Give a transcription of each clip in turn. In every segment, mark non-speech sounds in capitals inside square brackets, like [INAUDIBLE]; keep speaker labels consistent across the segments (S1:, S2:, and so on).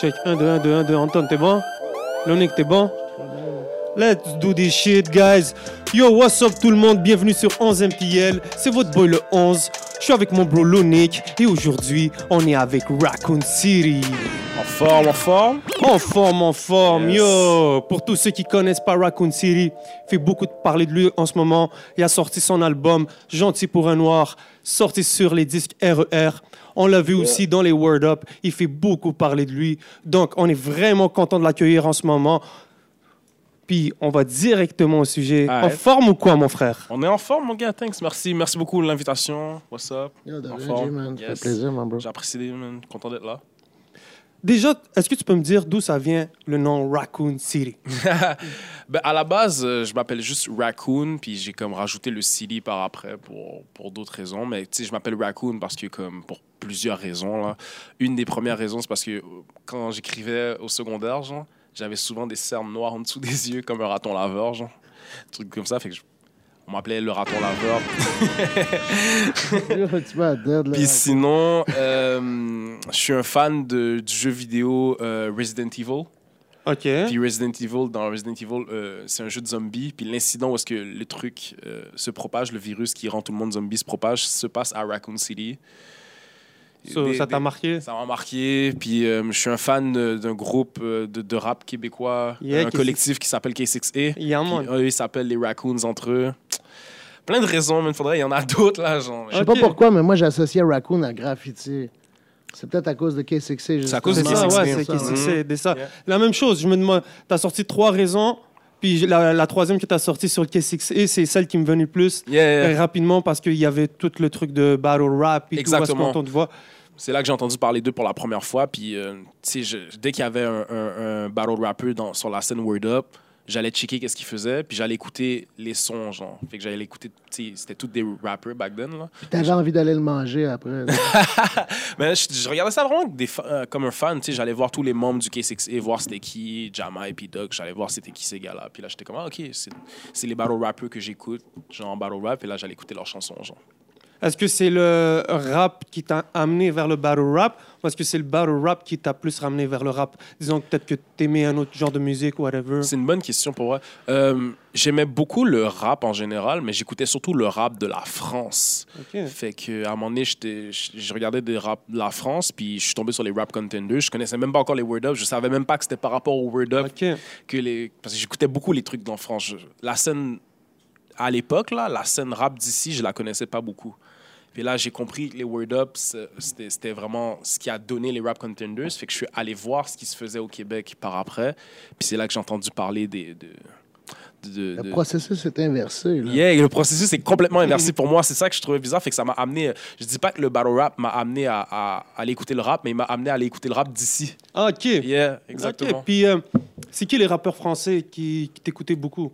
S1: check. 1, 2, 1, 2, 1, 2. Anton, t'es bon Lonick, t'es bon Let's do this shit, guys. Yo, what's up tout le monde? Bienvenue sur 11 MTL. C'est votre boy le 11. Je suis avec mon bro Lonick et aujourd'hui, on est avec Raccoon City.
S2: En forme, en forme.
S1: En forme, en forme,
S2: Yes.
S1: yo! Pour tous ceux qui connaissent pas Raccoon City, fait beaucoup de parler de lui en ce moment. Il a sorti son album Gentil pour un noir, sorti sur les disques RER. On l'a vu aussi dans les Word Up. Il fait beaucoup parler de lui. Donc, on est vraiment content de l'accueillir en ce moment. Puis, on va directement au sujet.
S2: Ouais.
S1: En forme ou quoi, mon frère?
S2: On est en forme, mon gars. Thanks. Merci. Merci beaucoup de l'invitation. What's up?
S3: Yo, de
S2: En
S3: rien,
S2: forme.
S3: Jay, man. Ça
S2: Yes.
S3: fait plaisir, mon bro.
S2: J'apprécie, man. Content d'être là.
S1: Déjà, est-ce que tu peux me dire d'où ça vient le nom Raccoon City?
S2: Ben, à la base, euh, je m'appelle juste Raccoon, puis j'ai comme rajouté le Silly par après pour, pour d'autres raisons. Mais tu sais, je m'appelle Raccoon parce que, comme pour plusieurs raisons, là. Une des premières raisons, c'est parce que euh, quand j'écrivais au secondaire, genre, j'avais souvent des cernes noires en dessous des [LAUGHS] yeux, comme un raton laveur, genre. Truc comme ça, fait que je- on m'appelait le raton laveur.
S3: Yo, tu vas à dead, là.
S2: Puis sinon, euh, je suis un fan de, du jeu vidéo euh, Resident Evil.
S1: OK.
S2: Puis Resident Evil, dans Resident Evil, euh, c'est un jeu de zombies. Puis l'incident où est-ce que le truc euh, se propage, le virus qui rend tout le monde zombie se propage, se passe à Raccoon City.
S1: So,
S2: Des-
S1: ça t'a
S2: des-
S1: marqué?
S2: ça m'a marqué. Puis euh, je suis un fan euh, d'un groupe euh, de, de rap québécois,
S1: Yeah,
S2: un
S1: qui-
S2: collectif qui s'appelle K6A.
S1: Yeah,
S2: Puis,
S1: man.
S2: eux, ils s'appellent les Raccoons entre eux. Plein de raisons, mais il faudrait, il y en a [LAUGHS] d'autres là, genre.
S3: Je sais
S1: Ok.
S3: pas pourquoi, mais moi, j'associais Raccoon à graffiti. C'est peut-être à cause de K6C.
S2: à cause de
S1: C'est ça,
S2: K6C,
S1: Ah, ouais, c'est
S2: ça,
S1: K6C,
S2: ouais.
S1: c'est des ça.
S2: Yeah.
S1: La même chose, je me demande, t'as sorti trois raisons, puis j'ai- la, la troisième que t'as sortie sur le K6C, c'est celle qui me venait le plus
S2: Yeah.
S1: euh, rapidement parce qu'il y avait tout le truc de battle rap et tout,
S2: Exactement.
S1: parce qu'on te voit.
S2: C'est là que j'ai entendu parler d'eux pour la première fois. Puis, euh, tu sais, je- dès qu'il y avait un, un- un battle rapper dans, sur la scène Word Up, j'allais checker qu'est-ce qu'il faisait, puis j'allais écouter les sons, genre. Fait que j'allais écouter, tu sais, c'était tous des rappers back then, là.
S3: T'avais envie d'aller le
S2: [LAUGHS]
S3: manger après. là.
S2: Mais je, je regardais ça vraiment des fa- euh, comme un fan, tu sais, j'allais voir tous les membres du K6A, voir c'était qui, Jama et puis Doc, j'allais voir c'était qui ces gars-là. Puis là, j'étais comme, ah, ok, c'est c'est les battle rappers que j'écoute, genre battle rap, et là, j'allais écouter leurs chansons, genre.
S1: Est-ce que c'est le rap qui t'a amené vers le battle rap ou est-ce que c'est le battle rap qui t'a plus ramené vers le rap Disons que peut-être que t'aimais un autre genre de musique ou whatever.
S2: C'est une bonne question pour moi. Euh, J'aimais beaucoup le rap en général, mais j'écoutais surtout le rap de la France.
S1: Ok.
S2: Fait que à un moment donné, j'étais- je je regardais des rap de la France, puis je suis tombé sur les rap contenders. Je connaissais même pas encore les word up. Je savais même pas que c'était par rapport aux word up
S1: Ok.
S2: que les parce que j'écoutais beaucoup les trucs dans France. Je- La scène à l'époque là, la scène rap d'ici, je la connaissais pas beaucoup. Puis là, j'ai compris que les word up c'est- c'était c'était vraiment ce qui a donné les rap contenders, fait que je suis allé voir ce qui se faisait au Québec par après. Puis c'est là que j'ai entendu parler des de, de- de-
S3: Le
S2: de-
S3: processus est inversé. là.
S2: Yeah, et le processus est complètement inversé pour moi. C'est ça que je trouvais bizarre. Fait que ça m'a amené. Je dis pas que le battle rap m'a amené à, à, à aller écouter le rap, mais il m'a amené à aller écouter le rap d'ici.
S1: Ah, Ok.
S2: Yeah,
S1: Ok,
S2: exactement.
S1: Puis euh, c'est qui les rappeurs français qui, qui t'écoutaient beaucoup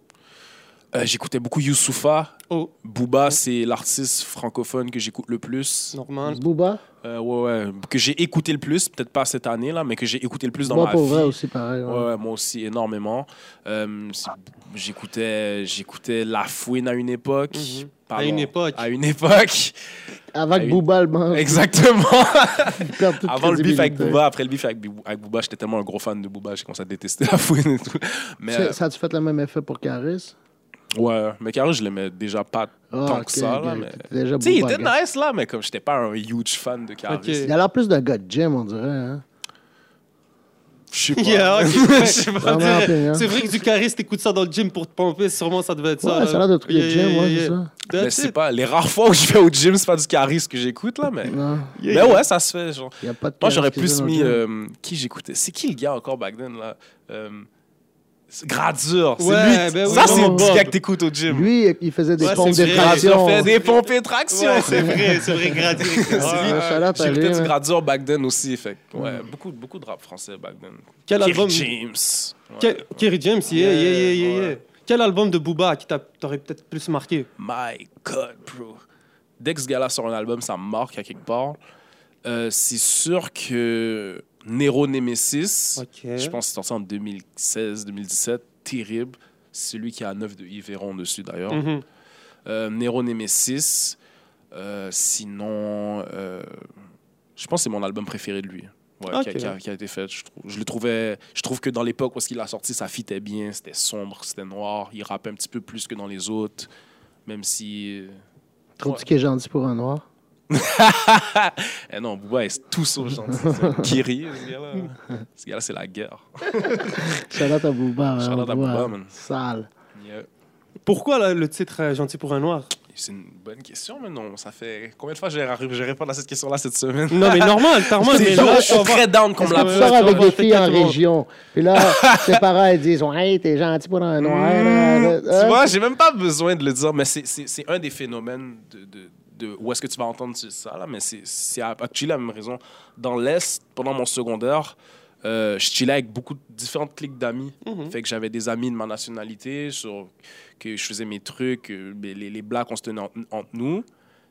S2: Euh, J'écoutais beaucoup Youssoufa.
S1: Oh,
S2: Booba, c'est l'artiste francophone que j'écoute le plus.
S1: normal.
S3: Booba,
S2: Euh, ouais, ouais. Que j'ai écouté le plus, peut-être pas cette année là, mais que j'ai écouté le plus dans
S3: moi
S2: ma
S3: pour
S2: vie.
S3: vrai aussi, pareil. ouais.
S2: Ouais, ouais, moi aussi, énormément. Euh, c'est- j'écoutais, j'écoutais La Fouine à une époque.
S1: Mhm.
S2: Pardon,
S1: À une époque.
S2: À une
S3: [LAUGHS]
S2: époque.
S3: Avant que
S2: Ah oui.
S3: Booba le mange,
S2: Exactement.
S3: il perde
S2: [LAUGHS]
S3: toute
S2: Avant le beef avec
S3: crédibilité.
S2: Booba, après le beef avec, Bibou- avec Booba, j'étais tellement un gros fan de Booba, j'ai commencé à détester [LAUGHS] la fouine et tout. Mais
S3: Ça-
S2: euh,
S3: Ça a-tu fait le même effet pour Caris?
S2: ouais, mais Carlos, je l'aimais déjà pas
S3: Ah,
S2: tant
S3: ok,
S2: que ça. là,
S3: ok,
S2: mais...
S3: t'étais Déjà
S2: Tu sais, il
S3: Booba,
S2: était
S3: gars.
S2: nice là, mais comme j'étais pas un huge fan de Carlos.
S1: Ok.
S3: Il a l'air plus d'un gars de gym, on dirait. hein.
S2: Je sais pas.
S1: [LAUGHS] Yeah, ok.
S2: [LAUGHS] Je sais pas.
S3: Vraiment hein.
S1: C'est vrai-
S3: opinion.
S1: C'est vrai que du charisme, t'écoutes ça dans le gym pour te pomper, sûrement ça devait être ça.
S3: Ouais, ça a l'air de truc de gym, ouais, c'est ça.
S1: ça.
S2: Mais c'est pas les rares fois où je vais au gym, c'est pas du Caris que j'écoute là, mais.
S3: Non,
S2: Mais ouais, ça se fait. Genre.
S3: il n'y a pas de
S2: Moi,
S3: Caris
S2: j'aurais
S3: qui
S2: plus
S3: donne au
S2: mis.
S3: gym.
S2: euh, qui j'écoutais C'est qui le gars encore back then là Euh, c'est Gradure. C'est
S1: Ouais,
S2: lui.
S1: ben oui,
S2: ça, c'est
S3: Jean
S2: le petit
S1: Bob.
S2: gars que t'écoutes au gym.
S3: Lui, il faisait des
S1: Ouais,
S3: pompes
S1: c'est
S3: de
S1: vrai.
S3: traction.
S2: Il a fait des pompes et [LAUGHS] tractions.
S1: c'est vrai, c'est vrai, [LAUGHS] gratuit.
S3: lui.
S2: Ouais,
S3: shout-out à
S2: J'écoutais
S3: lui,
S2: du
S3: hein.
S2: Gradure back then aussi. Fait que, ouais, beaucoup, beaucoup de rap français back then.
S1: Quel
S2: Kerry
S1: album
S2: James. ouais.
S1: Ke- Kerry James, yeah, yeah, yeah, yeah,
S2: Ouais.
S1: yeah. Quel album de Booba qui t'a- t'aurait peut-être plus marqué
S2: My God, bro. Dès que ce gars-là sort un album, ça me marque à quelque part. Euh, c'est sûr que Nero Nemesis,
S1: Ok.
S2: je pense que c'est sorti en 2016-2017, terrible. C'est Celui qui a 9 de Yveron dessus d'ailleurs.
S1: Mhm.
S2: Euh, Nero Nemesis. Euh, sinon, euh, je pense que c'est mon album préféré de lui. ouais, qui a-
S1: Ok.
S2: qui, a, qui a été faite. Je, trouve, je le trouvais, je trouve que dans l'époque où est-ce qu'il a sorti, ça fitait bien, c'était sombre, c'était noir, il rappait un petit peu plus que dans les autres, même si... euh,
S3: Trouves-tu qu'il est gentil pour un noir?
S2: Eh non, Booba est tout sauf gentil.
S1: [LAUGHS]
S2: c'est un Kiri, ce gars-là. Ce gars-là, c'est la guerre.
S3: Charlotte à Booba. hein,
S2: Shout-out à
S3: on voit.
S2: Booba, man.
S3: Sale.
S2: Yeah.
S1: Pourquoi là, le titre euh, Gentil pour un noir
S2: C'est une bonne question, mais non. Ça fait combien de fois j'ai j'ai répondu à cette question-là cette semaine?
S1: Non, mais normal, Tarman, mais
S2: [LAUGHS] C'est
S1: là,
S2: je
S1: tu vas
S2: suis
S1: voir-
S2: très down qu'on me
S1: Est-ce
S2: la
S1: que
S3: Tu
S1: Ouais,
S3: sors
S1: ouais,
S3: avec
S1: ouais,
S3: des filles en
S1: tout le monde.
S3: région. Puis là,
S2: [LAUGHS]
S3: ses parents, ils disent Hey, t'es gentil pour un noir. hein,
S2: Mmh,
S3: hein.
S2: Tu vois, j'ai même pas besoin de le dire, mais c'est- c'est c'est un des phénomènes de, de, de- où est-ce que tu vas entendre ce- ça, là, mais c'est- c'est à- actually la même raison. Dans l'Est, pendant mon secondaire, euh, je chillais avec beaucoup de différentes cliques d'amis.
S1: Mhm.
S2: Fait que j'avais des amis de ma nationalité, sur, que je faisais mes trucs, euh, mais les, les blacks, on se tenait en- entre nous.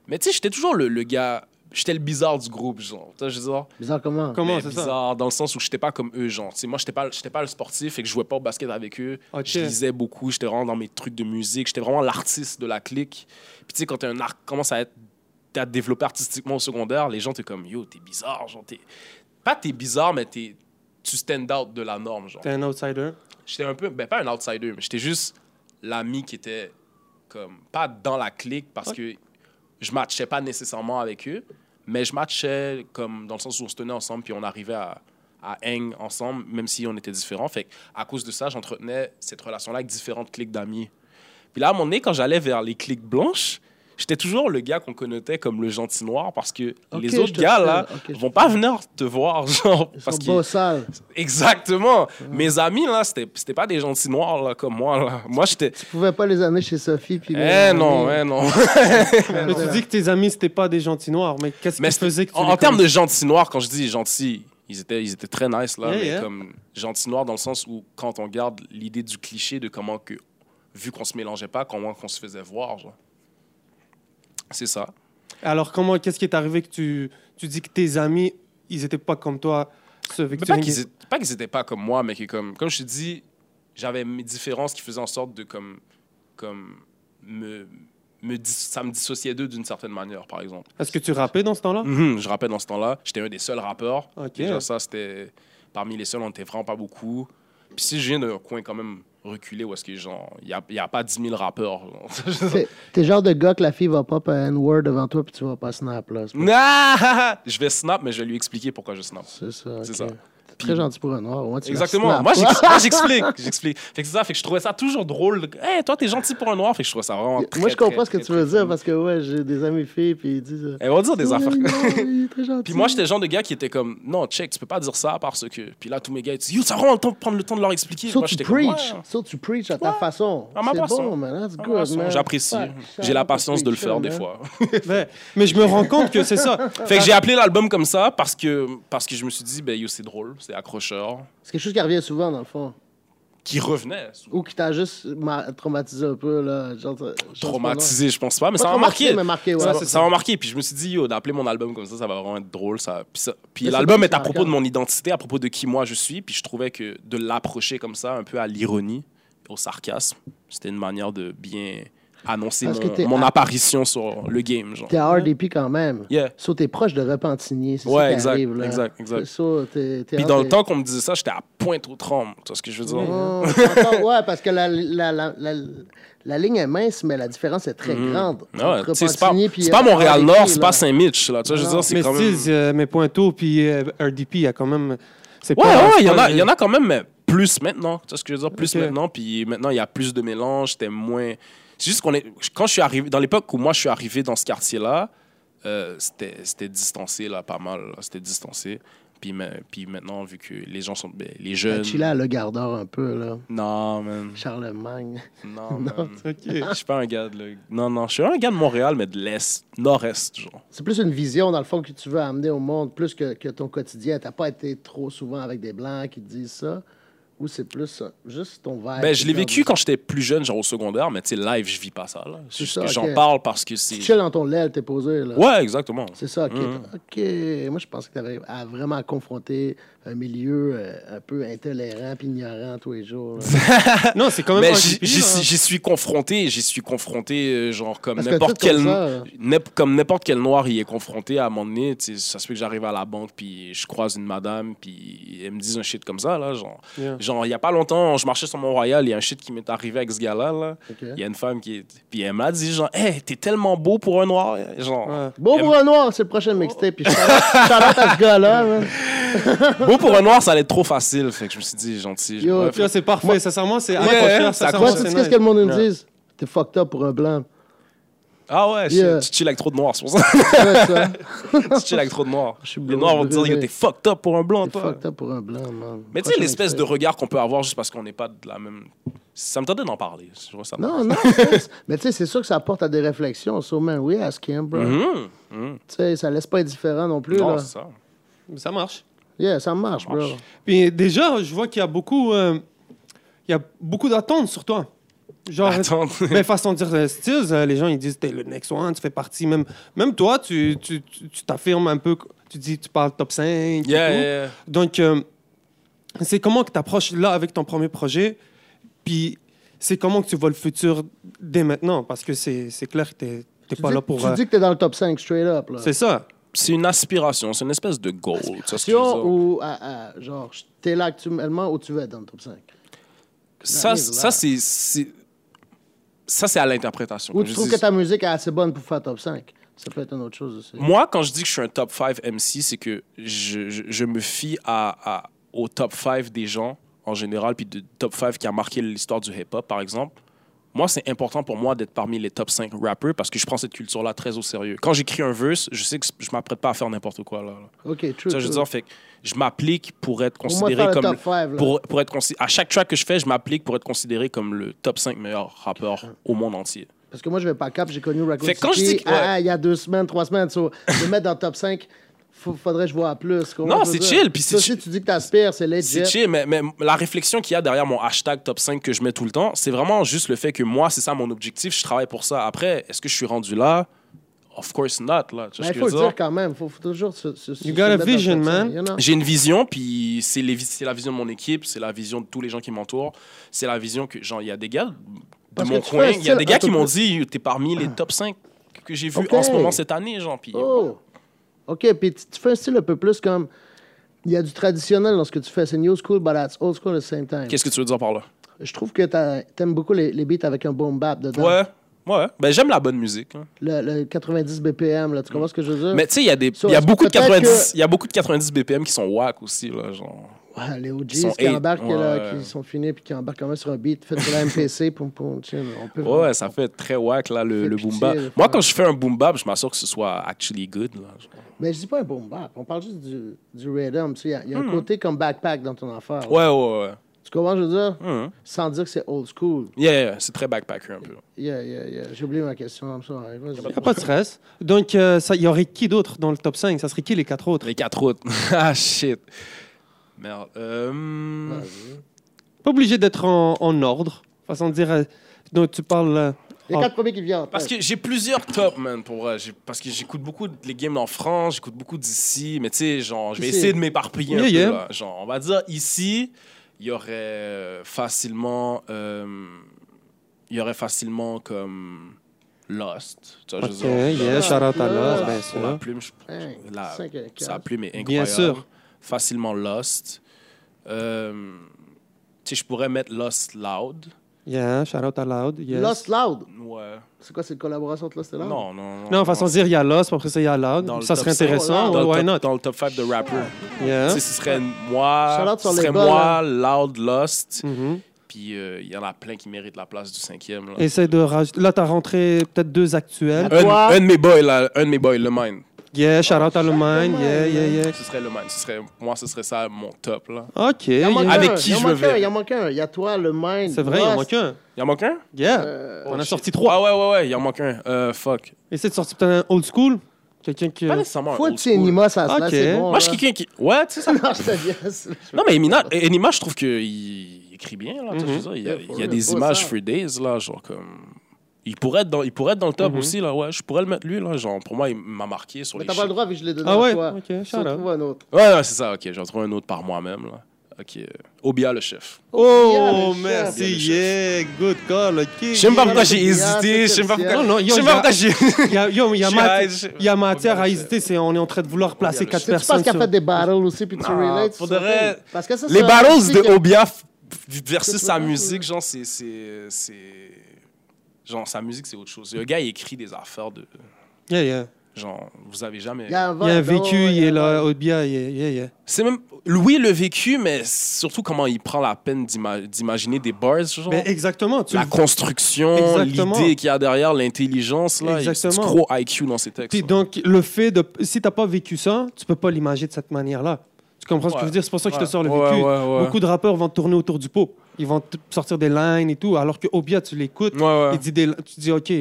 S2: Mais tu sais, j'étais toujours le, le gars, j'étais le bizarre du groupe, genre. Tu sais, je veux dire,
S3: Bizarre comment?
S1: Comment
S2: mais
S1: c'est ça
S2: bizarre dans le sens où j'étais pas comme eux genre tu sais moi j'étais pas j'étais pas le sportif et que je jouais pas au basket avec eux
S1: Ok.
S2: je lisais beaucoup j'étais vraiment dans mes trucs de musique j'étais vraiment l'artiste de la clique puis tu sais quand t'es un arc commence à être à te développer artistiquement au secondaire les gens t'es comme yo t'es bizarre genre t'es pas t'es bizarre mais t'es tu stand out de la norme genre
S1: T'es un outsider.
S2: j'étais un peu ben pas un outsider mais j'étais juste l'ami qui était comme pas dans la clique parce que je matchais pas nécessairement avec eux mais je matchais comme dans le sens où on se tenait ensemble puis on arrivait à à hang ensemble même si on était différents fait que, à cause de ça j'entretenais cette relation là avec différentes cliques d'amis puis là à un moment donné quand j'allais vers les cliques blanches J'étais toujours le gars qu'on connotait comme le gentil noir parce que
S3: Ok,
S2: les
S3: je
S2: autres
S3: te
S2: gars
S3: fais,
S2: là
S3: ok, je te
S2: vont pas venir te voir [LAUGHS] genre
S3: Ils sont
S2: parce que
S3: beaux sales.
S2: Exactement. Mes amis, là, c'était c'était pas des gentils noirs là, comme moi. Là. Moi, j'étais.
S3: Tu pouvais pas les amener chez Sophie. Puis
S2: Eh non,
S3: [LAUGHS]
S2: eh non.
S1: Mais tu dis que tes amis, c'était pas des gentils noirs, mais qu'est-ce
S2: Mais
S1: qui faisait que tu
S2: en,
S1: les
S2: en termes de gentils noirs, quand je dis gentils, ils étaient, ils étaient très nice, là.
S1: Yeah,
S2: mais
S1: yeah.
S2: comme gentils noirs dans le sens où, quand on garde l'idée du cliché de comment que. Vu qu'on se mélangeait pas, comment qu'on se faisait voir, genre. C'est ça.
S1: Alors, comment, qu'est-ce qui est arrivé que tu, tu dis que tes amis, ils étaient pas comme toi ce
S2: Mais
S1: Victorine
S2: pas qu'ils
S1: qui-
S2: étaient- pas qu'ils étaient pas comme moi, mais que comme, comme je te dis, j'avais mes différences qui faisaient en sorte de comme, comme me, me dis- ça me dissociait d'eux d'une certaine manière, par exemple.
S1: Est-ce que tu rappais dans ce
S2: [LAUGHS]
S1: temps-là
S2: Mhm, je rappelle dans ce temps-là, j'étais un des seuls rappeurs.
S1: Ok.
S2: Déjà ça, c'était parmi les seuls, on était vraiment pas beaucoup. Puis si je viens d'un coin quand même reculé où est-ce que genre il y a, il y a pas 10 000 rappeurs.
S3: [LAUGHS]
S2: genre.
S3: T'es t'es genre de gars que la fille va pas un N-word devant toi, puis tu vas pas snap. là. C'est
S2: Mm.
S3: pas-
S2: Ah! je vais snap, mais je vais lui expliquer pourquoi je snap.
S3: C'est ça.
S2: C'est
S3: ok.
S2: ça.
S3: T'es très gentil pour un noir. au moins, tu la
S2: Exactement.
S3: snaps.
S2: Moi,
S3: [LAUGHS]
S2: j'ex- moi, j'explique. J'explique. Fait que c'est ça. Fait que je trouvais ça toujours drôle. Hey, toi, t'es gentil pour un noir. Fait que je trouvais ça vraiment. Très,
S3: Moi, je comprends
S2: très,
S3: ce que
S2: très,
S3: tu
S2: très
S3: veux dire
S2: cool.
S3: parce que ouais, j'ai des amis filles, puis ils disent. euh,
S2: Elles vont dire des
S3: Ouais,
S2: affaires.
S3: [LAUGHS] non, il est très gentil.
S2: Puis moi, j'étais le genre de gars qui était comme, non, check, tu peux pas dire ça parce que. Puis là, tous mes gars, ils disent, yo, ça rend le temps de prendre le temps de leur expliquer.
S3: So
S2: Moi,
S3: tu
S2: j'étais comme,
S3: preach,
S2: Ouais.
S3: so tu preach à ta façon.
S2: À ma
S3: C'est
S2: façon.
S3: bon, man. That's
S2: Ah,
S3: good,
S2: ouais,
S3: man.
S2: J'apprécie.
S3: Fuck,
S2: J'ai la
S3: shout-out
S2: patience
S3: to
S2: de le
S3: preacher,
S2: faire des
S3: man.
S2: fois.
S1: Ouais. Mais je me rends compte que c'est ça.
S2: Fait que j'ai appelé l'album comme ça parce que, parce que je me suis dit, ben yo, c'est drôle, c'est accrocheur.
S3: C'est quelque chose qui revient souvent, dans le fond.
S2: Qui revenait.
S3: Ou qui t'a juste ma- traumatisé un peu, là. Genre, ça- je pense
S2: Traumatisé, je pense pas, mais
S3: pas
S2: ça m'a marqué.
S3: mais marqué, ouais.
S2: Ça
S3: Ouais,
S2: m'a- ça m'a marqué. Puis je me suis dit, yo, d'appeler mon album comme ça, ça va vraiment être drôle. Ça. Puis, ça- puis
S3: Mais c'est
S2: l'album
S3: bien,
S2: est à
S3: ça
S2: propos de
S3: regarde.
S2: mon identité, à propos de qui moi je suis. Puis je trouvais que de l'approcher comme ça, un peu à l'ironie, au sarcasme, c'était une manière de bien annoncer
S3: Parce que
S2: mon,
S3: t'es
S2: mon
S3: à-
S2: apparition sur le game. Genre.
S3: T'es à RDP quand même.
S2: Yeah.
S3: So, t'es proche de Repentigny, c'est
S2: Ouais,
S3: ça qui
S2: exact,
S3: arrive, là.
S2: exact, exact.
S3: So, t'es- t'es-
S2: Puis dans le
S3: t'es-
S2: temps qu'on me disait ça, j'étais à pointe aux trembles. Tu vois ce que je veux dire? Hmm.
S3: Oh, encore- ouais, parce que la, la, la, la, la ligne est mince, mais la différence est très grande.
S2: Mm-hmm. Ah Ouais,
S3: entre
S2: tu sais, c'est pas,
S3: Repentigny puis,
S2: c'est pas
S3: euh,
S2: Montréal-Nord,
S3: RDP,
S2: c'est
S3: là.
S2: pas Saint-Mitch. Là, tu vois, je veux
S3: Non.
S2: dire, [LAUGHS] c'est
S1: Mais
S2: quand même...
S1: Stills, euh, mes pointeaux, puis euh, RDP, il y a quand même. c'est
S2: Ouais,
S1: pas-
S2: ouais,
S1: c'est
S2: il y, en
S1: pas-
S2: a- il y en a quand même mais plus maintenant. Tu vois ce que je veux dire? Plus
S1: Ok.
S2: maintenant. Puis maintenant, il y a plus de mélange. C'était moins. C'est juste qu'on est. Quand je suis arrivé. Dans l'époque où moi, je suis arrivé dans ce quartier-là, euh, c'était c'était distancé, là, pas mal. là. C'était distancé. Puis, mais- puis maintenant, vu que les gens sont. ben, les jeunes.
S3: Chila à Le Gardeur un peu, là.
S2: Non, man.
S3: Charlemagne.
S1: [LAUGHS]
S2: Non, man.
S1: Ok.
S2: Je suis pas un gars de. le- Non, non. Je suis un gars de Montréal, mais de l'Est. Nord-Est, genre.
S3: C'est plus une vision, dans le fond, que tu veux amener au monde, plus que, que ton quotidien. T'as pas été trop souvent avec des Blancs qui te disent ça. Ou c'est plus euh, juste ton verre?
S2: Ben, je l'ai
S3: comme-
S2: vécu quand j'étais plus jeune, genre au secondaire, mais tu sais, live, je vis pas ça. là.
S3: C'est
S2: Juste
S3: ça,
S2: que J'en
S3: ok.
S2: parle parce que
S3: Tu
S2: c'est.
S3: chilles dans ton l'aile, t'es posé, là.
S2: Ouais, exactement.
S3: C'est ça, OK.
S2: Mhm.
S3: OK. Moi, je pensais que t'avais à vraiment confronter un milieu euh, un peu intolérant puis ignorant tous les jours.
S2: [LAUGHS]
S3: là.
S1: Non, c'est quand même
S2: Mais
S1: un
S2: j'y
S1: hippie,
S2: j'y
S1: là.
S2: suis- j'y suis confronté, j'y suis confronté, euh, genre comme
S3: hein. Parce que
S2: n'importe
S3: tout comme
S2: quel.
S3: ça, hein.
S2: n'imp- Comme n'importe quel noir il est confronté à un moment donné, tu sais, ça se peut que j'arrive à la banque, puis je croise une madame, puis elle me dit un shit comme ça, là. Genre,
S1: Yeah.
S2: genre il y a pas longtemps, je marchais sur Mont-Royal, il y a un shit qui m'est arrivé avec ce gars-là, là.
S3: OK.
S2: Il y a une femme qui est. Puis elle m'a dit, genre, hey, t'es tellement beau pour un noir. Genre,
S1: Ouais.
S3: Beau
S2: Elle-
S3: Bois Noir, c'est le prochain mixtape. Puis je parle à ce
S1: [LAUGHS]
S3: gars-là. man.
S2: beau pour un noir, ça allait être trop facile. Fait que je me suis dit, gentil.
S3: Yo,
S2: bref.
S1: Tu vois, c'est parfait. Sincèrement, c'est à
S2: Ouais,
S1: pas
S2: hein,
S1: cher,
S2: ça
S1: sincèrement,
S3: Moi,
S2: commence.
S3: tu sais
S1: c'est
S3: ce que le
S1: nice.
S3: monde nous
S1: Yeah.
S3: dise? T'es fucked up pour un blanc.
S2: ah ouais, shit,
S3: Yeah.
S2: tu chill avec trop de noirs, c'est pour ça. [LAUGHS]
S3: Ouais, ça.
S2: tu chill avec trop de noirs.
S3: Je suis
S2: Les
S3: brûlé,
S2: noirs vont te dire,
S3: brûlé.
S2: yo, t'es fucked up pour un blanc,
S3: T'es
S2: toi.
S3: fucked up pour un blanc, man.
S2: Mais tu sais,
S3: Prochain
S2: l'espèce de
S3: mixtape.
S2: regard qu'on peut avoir juste parce qu'on n'est pas de la même. Ça me tentait d'en parler. Je vois ça.
S3: Non, non, c'est- [LAUGHS] mais tu sais, c'est sûr que ça porte à des réflexions, sûrement. Oui, ask him, bro.
S2: Mhm, mhm.
S3: Tu sais, ça laisse pas indifférent non plus,
S2: Non,
S3: là.
S2: c'est ça.
S1: Ça marche.
S3: Yeah, ça marche,
S2: Ça marche.
S3: bro.
S1: Puis déjà, je vois qu'il y a beaucoup, euh, il y a beaucoup d'attentes sur toi. Genre,
S2: [LAUGHS] Attends.
S1: [LAUGHS] mais façon de dire euh, Stills, euh, les gens ils disent t'es le next one, tu fais partie même, même toi, tu tu- tu- tu t'affirmes un peu, tu dis tu parles top 5 et
S2: Yeah,
S1: tout.
S2: yeah, yeah.
S1: Donc euh, c'est comment que tu approches là avec ton premier projet, puis c'est comment que tu vois le futur dès maintenant parce que c'est c'est clair que t'es t'es
S3: Tu
S1: pas
S3: dis-
S1: là pour
S3: Tu
S1: euh,
S3: dis que t'es dans le top 5, straight up, là.
S1: c'est ça.
S2: C'est une aspiration, c'est une espèce de goal. tu sais ce que je veux dire?
S3: Question ou, à- à- genre, t'es là actuellement où tu veux être dans le top 5?
S2: Ça,
S3: Arrive là.
S2: ça c'est. c'est- Ça, c'est à l'interprétation.
S3: Ou
S2: comme
S3: tu
S2: je
S3: trouves
S2: dis.
S3: que ta musique est assez bonne pour faire top 5? Ça peut être une autre chose aussi.
S2: Moi, quand je dis que je suis un top 5 MC, c'est que je, je- je me fie à, à- au top 5 des gens en général, puis de top 5 qui a marqué l'histoire du hip-hop, par exemple. Moi, c'est important pour moi d'être parmi les top 5 rappers parce que je prends cette culture-là très au sérieux. Quand j'écris un verse, je sais que je m'apprête pas à faire n'importe quoi. Là, là.
S3: OK,
S2: Tu
S3: true,
S2: sais, je veux
S3: true.
S2: dire, fait que je m'applique pour être
S3: Au moins
S2: considéré
S3: faire le
S2: comme.
S3: top 5, là.
S2: pour, pour être consi- à chaque track que je fais, je m'applique pour être considéré comme le top 5 meilleur rappeur au monde entier.
S3: Parce que moi, je vais pas cap, j'ai connu Raccoon
S2: Fait que quand je
S3: City
S2: dis que-
S3: à- à- il y a deux semaines, trois semaines. so, je vais mettre dans le top 5, faut- faudrait que je vois plus. comment
S2: Non,
S3: je veux
S2: c'est
S3: dire.
S2: chill, puis c'est
S3: Ça, Si
S2: chill.
S3: tu dis que t'aspires, c'est legit.
S2: C'est chill, mais, mais la réflexion qu'il y a derrière mon hashtag top 5 que je mets tout le temps, c'est vraiment juste le fait que moi, c'est ça mon objectif, je travaille pour ça. Après, est-ce que je suis rendu là? Of course not, là. Tu
S3: Mais
S2: vois ce
S3: il
S2: que je
S3: faut le
S2: veux dire?
S3: dire quand même. Faut, faut toujours se, se- se-
S1: You
S3: se
S1: got a
S3: mettre dans le
S1: vision,
S3: top 5,
S1: man.
S3: you know?
S2: J'ai une vision, puis c'est les vis- c'est la vision de mon équipe, c'est la vision de tous les gens qui m'entourent, c'est la vision que, genre, il y a des gars de
S3: Parce que
S2: mon
S3: tu fais
S2: coin,
S3: un
S2: il y a
S3: style
S2: des gars qui
S3: un peu
S2: m'ont
S3: plus-
S2: dit, t'es parmi les top 5 que j'ai vu
S3: Ok.
S2: en ce moment cette année, genre, puis
S3: Oh! OK, puis tu, tu fais un style un peu plus comme... Il y a du traditionnel dans ce que tu fais. C'est new school, but that's old school at the same time.
S2: qu'est-ce que tu veux dire par là?
S3: Je trouve que t'as- t'aimes beaucoup les, les beats avec un boom bap dedans.
S2: Ouais, ouais. Ben, j'aime la bonne musique. hein.
S3: Le, le 90 BPM, là, tu comprends ce que je veux dire?
S2: Mais tu sais, il y a des,
S3: Mm. So,
S2: il y a beaucoup de
S3: peut-être
S2: 90, il y a beaucoup de 90 BPM qui sont whack aussi là, genre.
S3: Ouais, les OGs
S2: sont
S3: qui
S2: eight,
S3: embarquent,
S2: ouais.
S3: là, qui sont finis, puis qui embarquent quand même sur un beat, fait de la [LAUGHS] MPC, pour, pour, tu sais, on peut...
S2: Ouais, ça fait très whack là le,
S3: Fait
S2: le
S3: pitié,
S2: boom bap.
S3: là.
S2: Moi, quand je fais un boom bap, je m'assure que ce soit actually good là. genre.
S3: Mais je dis pas un boom bap, on parle juste du, du rhythm, tu sais, il y a- il y, a un côté comme backpack dans ton affaire. là.
S2: Hmm. Ouais, ouais, ouais.
S3: Tu comprends, ce que je veux dire?
S2: Mhm.
S3: Sans dire que c'est old school.
S2: Yeah, yeah, c'est très backpacker un peu.
S3: Yeah, yeah, yeah. J'ai oublié ma question, I'm sorry. Vas-y.
S1: Y a pas de stress. Donc euh, ça il y aurait qui d'autre dans le top 5 Ça serait qui les quatre autres
S2: Les quatre autres. [LAUGHS] ah shit. Merde. Euh,
S3: Vas-y.
S1: Pas obligé d'être en, en ordre. Façon de dire, euh, donc tu parles. euh,
S3: Les
S1: en-
S3: quatre premiers qui viennent.
S2: Oh. Parce que j'ai plusieurs tops, man, pour vrai. J'ai- Parce que j'écoute beaucoup de- les games en France, j'écoute beaucoup d'ici, mais tu sais, genre, je vais
S3: Ici.
S2: essayer de m'éparpiller un
S1: Yeah,
S2: peu,
S1: yeah.
S2: là. Genre, on va dire ici, il y aurait euh, facilement. euh, Il y aurait facilement comme. Lost. Tu vois,
S1: Ok,
S2: je veux dire,
S1: yeah,
S2: Lost,
S1: shout out à Laure,
S3: Ah,
S1: bien
S2: pour la
S1: sûr.
S2: plume, je-
S3: Hey,
S2: la-
S3: Hein, cinq et quatre.
S2: sa plume est incroyable.
S1: Bien sûr.
S2: Facilement Lost. Euh, tu sais, je pourrais mettre Lost Loud.
S1: Yeah, shout out à Loud. yes.
S3: Lost Loud.
S2: Ouais.
S3: C'est quoi, c'est une collaboration entre Lost et Loud?
S2: Non, non, non.
S1: Non, façon de dire, il y a Lost, puis après ça, il y a Loud.
S2: Dans le
S1: Ça
S2: top
S1: serait
S2: cinq.
S1: intéressant. Hein?
S2: dans,
S1: why
S2: le top,
S1: not?
S2: dans le top 5 de rappers.
S1: Yeah.
S2: Tu sais, ce serait moi,
S3: Shout-out
S2: ce
S3: sur les hein.
S2: serait moi
S3: bas,
S2: Loud Lost,
S1: Mhm.
S2: puis euh, il y en a plein qui méritent la place du cinquième. là.
S1: Essaye de rajouter. Là, t'as rentré peut-être deux actuels.
S2: Un,
S3: Toi-
S2: un de mes boys, là, un de mes boys, le mine.
S1: Yeah, shout out à Le Mind. Yeah, yeah, yeah.
S2: Ce serait le mine. Ce serait, moi, ce serait ça mon top. Là.
S1: Ok.
S3: Il
S1: yeah.
S3: en manque
S2: Avec
S3: un,
S2: qui
S3: il en
S2: je me
S3: manque un,
S2: verrais?
S3: Il en manque un. Il y a toi, le Mind.
S1: C'est vrai, il en
S3: Lost.
S1: manque un.
S2: Il en manque un Oh,
S1: Yeah.
S3: Euh,
S1: On a
S2: shit.
S1: sorti trois.
S2: Ah ouais, ouais, ouais, il en manque un. Euh, fuck.
S1: Essaye de sortir peut-être un old school. Quelque Quelqu'un qui.
S2: Pas nécessairement un
S3: Faut hein.
S2: old
S3: que tu
S2: school.
S3: Nima, ça se
S1: Ok.
S3: là, c'est bon.
S2: Moi, je
S3: là.
S2: suis quelqu'un qui. Ouais, tu sais, ça
S3: [LAUGHS] Non, je te niaise.
S2: Non, mais Emina, Enima, je trouve qu'il écrit bien. Là, tu sais, je veux dire, il, y a,
S3: Yeah, for
S2: il y a
S3: real,
S2: des
S3: for
S2: images
S3: Mhm. ça.
S2: Free Days, là, genre comme. Il pourrait être dans, il pourrait être dans le top aussi, là, ouais. Je pourrais le mettre lui, là. Genre, pour moi, il m'a marqué sur
S3: Mhm. Mais
S2: les
S3: t'as pas le droit, vu que je l'ai donné
S1: Ah
S3: à
S1: ouais,
S3: toi.
S1: ok,
S3: Je
S1: shout out.
S3: trouve un autre.
S2: chiffres. Ouais, ouais, c'est ça, ok. J'en trouve un autre par moi-même, là. Ok. euh, Obia, le chef.
S1: Oh,
S3: Yeah, le
S1: merci,
S2: chef.
S1: yeah, good call, ok.
S2: Je sais même pas
S1: yeah.
S2: pourquoi j'ai
S3: Obia,
S2: hésité. Je sais même pas
S3: c'est
S2: pourquoi.
S1: Non, non, yo,
S2: Je sais même
S1: y a-
S2: pas pourquoi
S1: [LAUGHS]
S2: j'ai.
S1: Il y a, yo, il y a
S2: J'ai-
S1: mat-
S2: j'ai-
S1: il y a matière
S2: Obia,
S1: à
S2: le
S1: hésiter, c'est- on est en train de vouloir placer
S2: le
S1: quatre
S3: Tu penses
S1: personnes.
S3: qu'elle
S1: sur- Ah,
S3: fait des battles aussi, puis tu
S2: Non,
S3: relates
S2: pour
S3: sur
S2: de vrai,
S3: ça? Parce que ça,
S2: Les
S3: c'est un
S2: battles
S3: artiste
S2: de
S3: que-
S2: Obia f- versus
S3: C'est
S2: sa
S3: pas-
S2: musique, genre, c'est. c'est- c'est- Genre, sa musique, c'est autre chose. Le gars, il écrit des affaires de.
S1: Yeah, yeah.
S2: Genre, vous avez jamais.
S3: Il y a un
S1: Il y a un
S3: vibe, ouais,
S1: vécu, il
S3: y a
S1: est
S3: un
S1: là,
S3: vibe.
S1: Obia, yeah, yeah, yeah.
S2: C'est même. Louis le vécu, mais surtout comment il prend la peine d'ima- d'imaginer des bars, genre.
S1: Ben, exactement, tu
S2: la
S1: le-
S2: construction,
S1: Exactement.
S2: l'idée qu'il y a derrière, l'intelligence, là. Il
S1: Exactement.
S2: trop IQ dans ses textes.
S1: Puis donc, le fait de. Si t'as pas vécu ça, tu peux pas l'imager de cette manière-là. Tu comprends ce que je veux
S2: Ouais.
S1: dire? C'est pour ça que je te
S2: Ouais.
S1: sors le
S2: Ouais,
S1: vécu.
S2: ouais, ouais.
S1: Beaucoup de rappeurs vont tourner autour du pot. Ils vont t- sortir des lines et tout, alors que Obia, tu l'écoutes,
S2: Ouais, ouais.
S1: il dit des- tu dis, OK,